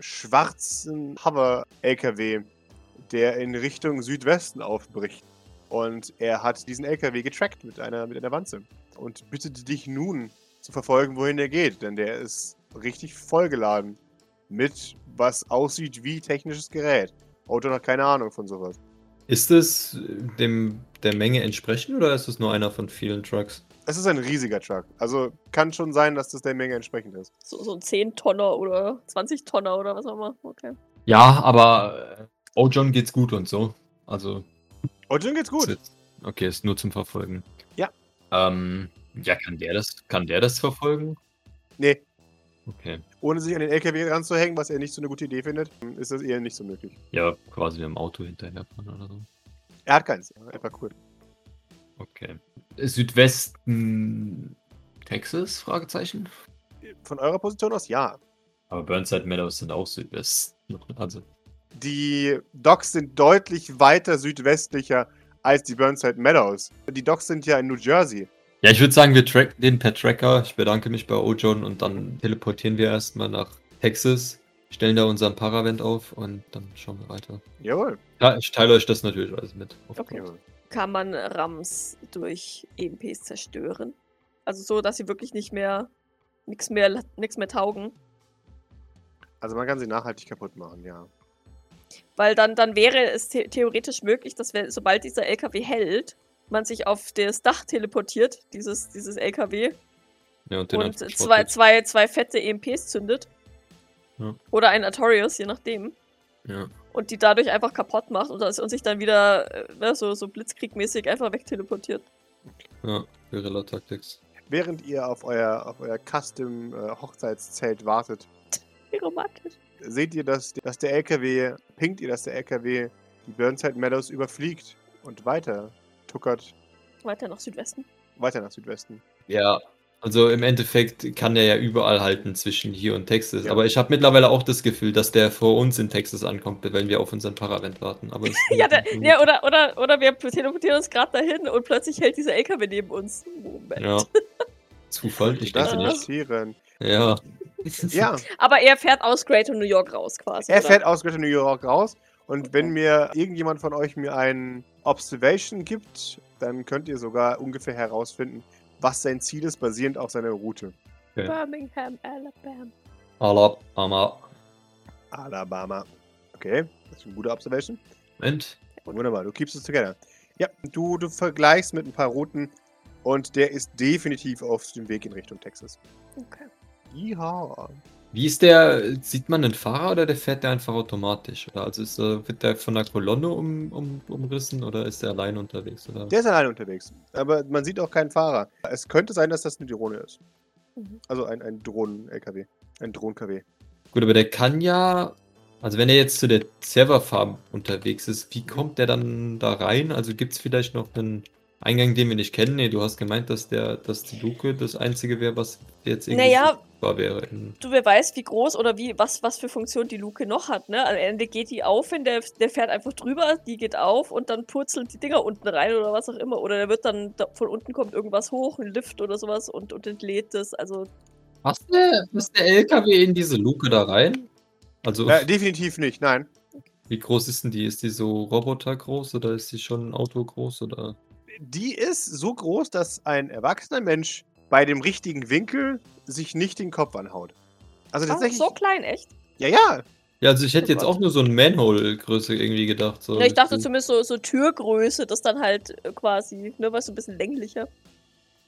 B: schwarzen Hover-LKW, der in Richtung Südwesten aufbricht. Und er hat diesen LKW getrackt mit einer, mit einer Wanze und bittet dich nun zu verfolgen, wohin er geht, denn der ist richtig vollgeladen mit was aussieht wie technisches Gerät. Auto hat keine Ahnung von sowas.
D: Ist es dem, der Menge entsprechend oder ist es nur einer von vielen Trucks?
B: Es ist ein riesiger Truck. Also kann schon sein, dass das der Menge entsprechend ist.
A: So, so ein 10-Tonner oder 20-Tonner oder was auch immer. Okay.
C: Ja,
D: Ah,
C: aber äh, Ojon geht's gut und so. Also
B: Auto Oh, geht's gut.
C: Ist- Okay, ist nur zum Verfolgen.
B: Ja.
C: Ähm, ja, kann der das, kann der das verfolgen?
B: Nee,
C: Okay.
B: ohne sich an den LKW ranzuhängen, was er nicht so eine gute Idee findet, ist das eher nicht so möglich.
C: Ja, quasi mit dem Auto hinterherfahren oder so.
B: Er hat keins. Einfach cool.
C: Okay. Südwesten Texas? Fragezeichen.
B: Von eurer Position aus ja.
C: Aber Burnside Meadows sind auch Südwesten. Also,
B: Die Docks sind deutlich weiter südwestlicher als die Burnside Meadows. Die Docks sind ja in New Jersey.
D: Ja, ich würde sagen, wir tracken den per Tracker. Ich bedanke mich bei Ojon und dann teleportieren wir erstmal nach Texas, stellen da unseren Paravent auf und dann schauen wir weiter.
B: Jawohl.
D: Ja, ich teile euch das natürlich alles mit.
A: Okay.
B: Jawohl.
A: Kann man Rams durch EMPs zerstören? Also so, dass sie wirklich nicht mehr nichts mehr nichts mehr taugen.
B: Also man kann sie nachhaltig kaputt machen, ja.
A: Weil dann, dann wäre es the theoretisch möglich, dass wenn, sobald dieser LKW hält, man sich auf das Dach teleportiert, dieses, dieses LKW,
D: Ja, und den
A: und
D: als
A: zwei,
D: Sportplatz.
A: zwei, zwei fette EMPs zündet.
D: Ja.
A: Oder einen Artorius, je nachdem.
D: Ja.
A: Und die dadurch einfach kaputt macht und, das, und sich dann wieder äh, ne, so, so blitzkriegmäßig einfach wegteleportiert.
D: ja, Guerilla Tactics.
B: Während ihr auf euer, auf euer Custom äh, Hochzeitszelt wartet,
A: Wie romantisch.
B: seht ihr, dass, dass der LKW, pinkt ihr, dass der LKW die Burnside Meadows überfliegt und weiter tuckert,
A: Weiter nach Südwesten.
B: weiter nach Südwesten.
D: Ja, also im Endeffekt kann der ja überall halten zwischen hier und Texas.
B: Ja.
D: Aber ich habe mittlerweile auch das Gefühl, dass der vor uns in Texas ankommt, wenn wir auf unseren Paravent warten. Aber es-
A: Ja, der,
D: Mhm.
A: ja oder, oder, oder wir teleportieren uns gerade dahin und plötzlich hält dieser LKW neben uns. Moment.
D: Ja. Zufall, ich
B: Das
D: denke
A: Ah.
D: nicht.
B: passieren.
D: Ja.
B: Ja,
A: Aber er fährt aus Greater New York raus quasi.
B: er
A: oder?
B: fährt aus Greater New York raus und wenn mir irgendjemand von euch mir einen Observation gibt, dann könnt ihr sogar ungefähr herausfinden, was sein Ziel ist, basierend auf seiner Route.
A: Birmingham, Alabama.
D: Alabama.
B: Alabama. Okay, das ist eine gute Observation.
D: Moment.
B: Wunderbar, du keepst es together. Ja, du, du vergleichst mit ein paar Routen und der ist definitiv auf dem Weg in Richtung Texas.
A: Okay.
B: Ja.
D: Wie ist der? Sieht man den Fahrer oder der fährt der einfach automatisch? Oder also ist der, wird der von einer Kolonne um, um, umrissen oder ist der allein unterwegs? Oder?
B: Der ist alleine unterwegs, aber man sieht auch keinen Fahrer. Es könnte sein, dass das eine Drohne ist.
A: Mhm.
B: Also ein, ein Drohnen-LKW. Ein Drohnen-KW.
D: Gut, aber der kann ja. Also wenn er jetzt zu der Server Farm unterwegs ist, wie kommt der dann da rein? Also gibt es vielleicht noch einen Eingang, den wir nicht kennen? Nee, du hast gemeint, dass der, dass die Luke das einzige wäre, was jetzt irgendwie
A: Naja.
D: sichtbar wäre. In,
A: Du, wer weiß, wie groß oder wie, was, was für Funktion die Luke noch hat, ne? Am Ende geht die auf, wenn der, der fährt einfach drüber, die geht auf und dann purzeln die Dinger unten rein oder was auch immer. Oder der wird dann, da, von unten kommt irgendwas hoch, ein Lift oder sowas und, und entlädt das. Also,
D: passt, der, passt der LKW in diese Luke da rein? Also
B: Ja, Äh, definitiv nicht, nein.
D: wie groß ist denn die? Ist die so robotergroß oder ist die schon ein Auto groß oder?
B: Die ist so groß, dass ein erwachsener Mensch bei dem richtigen Winkel sich nicht den Kopf anhaut. Also
A: ah,
B: tatsächlich.
A: so klein, echt?
B: Ja, ja.
D: Ja, also ich hätte
A: Oh
D: jetzt
A: Gott.
D: auch nur so ein Manhole-Größe irgendwie gedacht. So
A: Ja, ich dachte
D: bisschen-
A: zumindest so, so Türgröße, das dann halt äh, quasi, ne, weißt du, ein bisschen länglicher.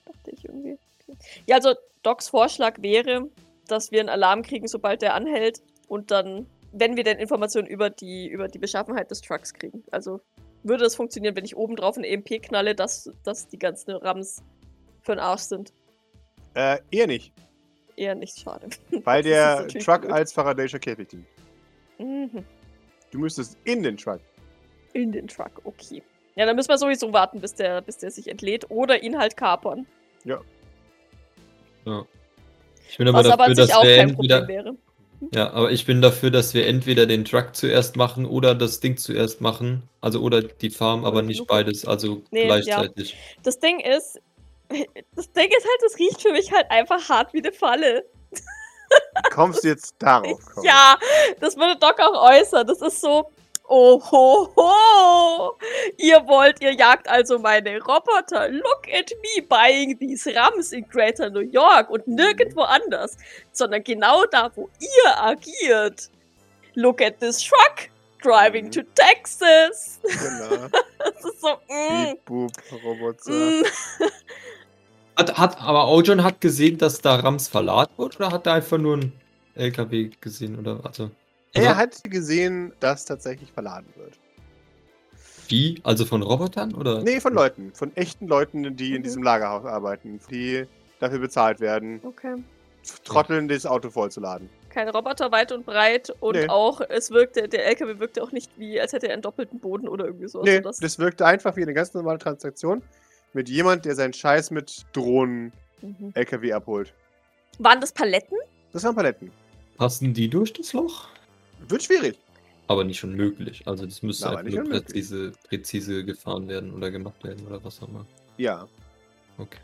A: Dachte ich irgendwie. Okay. Ja, also Docs Vorschlag wäre, dass wir einen Alarm kriegen, sobald der anhält und dann, wenn wir denn Informationen über die, über die Beschaffenheit des Trucks kriegen. Also würde das funktionieren, wenn ich oben drauf eine EMP knalle, dass, dass die ganzen Rams für den Arsch sind.
B: Äh, eher nicht,
A: Eher nicht schade.
B: weil
A: Das ist
B: der
A: natürlich
B: Truck
A: blöd.
B: als Faradayscher Käfig dient.
A: Mhm.
B: Du müsstest in den Truck.
A: In den Truck, okay. Ja, dann müssen wir sowieso warten, bis der, bis der sich entlädt oder ihn halt kapern.
D: Ich bin aber
A: was aber
D: dafür,
A: an sich
D: dass
A: auch
D: wir
A: kein Problem
D: entweder
A: wäre.
D: Ja, aber ich bin dafür, dass wir entweder den Truck zuerst machen oder das Ding zuerst machen. Also oder die Farm, aber nicht
A: Luca.
D: beides, also
A: Nee, ja.
D: gleichzeitig.
A: Das Ding ist, das Ding ist halt, das riecht für mich halt einfach hart wie eine Falle.
B: Kommst du jetzt darauf? Cory?
A: Ja, das würde Doc auch äußern. Das ist so, oh ho ho, ihr wollt, ihr jagt also meine Roboter. Look at me buying these Rams in Greater New York und nirgendwo anders, sondern genau da, wo ihr agiert. Look at this truck driving
B: Mhm.
A: to Texas.
B: Genau.
A: Das ist so, mm,
B: Beep, boop, Roboter.
A: mm.
D: Hat, hat, aber Ojon hat gesehen, dass da Rams verladen wurde oder hat er einfach nur einen LKW gesehen oder also
B: Er
D: Also-
B: hat gesehen, dass tatsächlich verladen wird.
D: wie? Also von Robotern oder?
B: Nee, von Leuten. Von echten Leuten, die in
A: Mhm.
B: diesem Lagerhaus arbeiten. Die dafür bezahlt werden,
A: Okay.
B: trotteln, das Auto vollzuladen.
A: kein Roboter weit und breit und
B: Nee.
A: auch es wirkte, der LKW wirkte auch nicht wie, als hätte er einen doppelten Boden oder irgendwie sowas.
B: nee,
A: sodass-
B: das, wirkte einfach wie eine ganz normale Transaktion mit jemand, der seinen Scheiß mit Drohnen-LKW
A: Mhm.
B: abholt.
A: Waren das Paletten?
B: Das waren Paletten.
D: Passen die durch das Loch?
B: Wird schwierig.
D: Aber nicht unmöglich. Also das müsste
B: Aber
D: einfach
B: nicht
D: nur
B: unmöglich.
D: präzise, präzise gefahren werden oder gemacht werden oder was auch immer.
B: Ja.
D: Okay.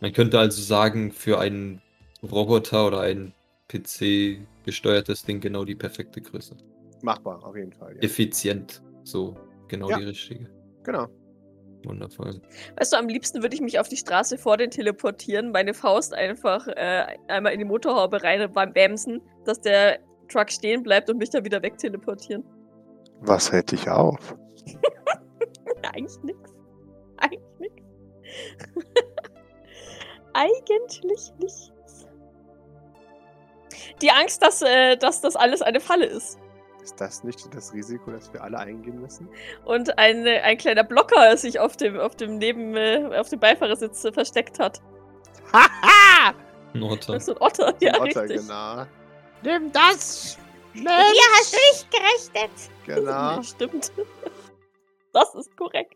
D: Man könnte also sagen, für einen Roboter oder ein PC gesteuertes Ding genau die perfekte Größe.
B: Machbar, auf jeden Fall. Ja.
D: Effizient, so genau
B: Ja.
D: die richtige.
B: Genau.
D: Wundervoll.
A: Weißt du, am liebsten würde ich mich auf die Straße vor den teleportieren, meine Faust einfach äh, einmal in die Motorhaube rein und beim Bämsen, dass der Truck stehen bleibt und mich dann wieder wegteleportieren.
B: Was hält dich auf?
A: Eigentlich nix. Eigentlich nix. Eigentlich nichts. Die Angst, dass, äh, dass das alles eine Falle ist
B: Ist das nicht das Risiko, das wir alle eingehen müssen?
A: und ein, äh, ein kleiner Blocker sich auf dem, auf dem Neben, äh, auf dem Beifahrersitz äh, versteckt hat.
B: Haha!
D: Ein Otter.
A: Das ist ein Otter, ja,
B: Otter,
A: richtig.
B: genau.
E: Nimm das! Schnell!
F: Hier hast du nicht gerechnet.
B: Genau.
A: Stimmt. Das ist korrekt.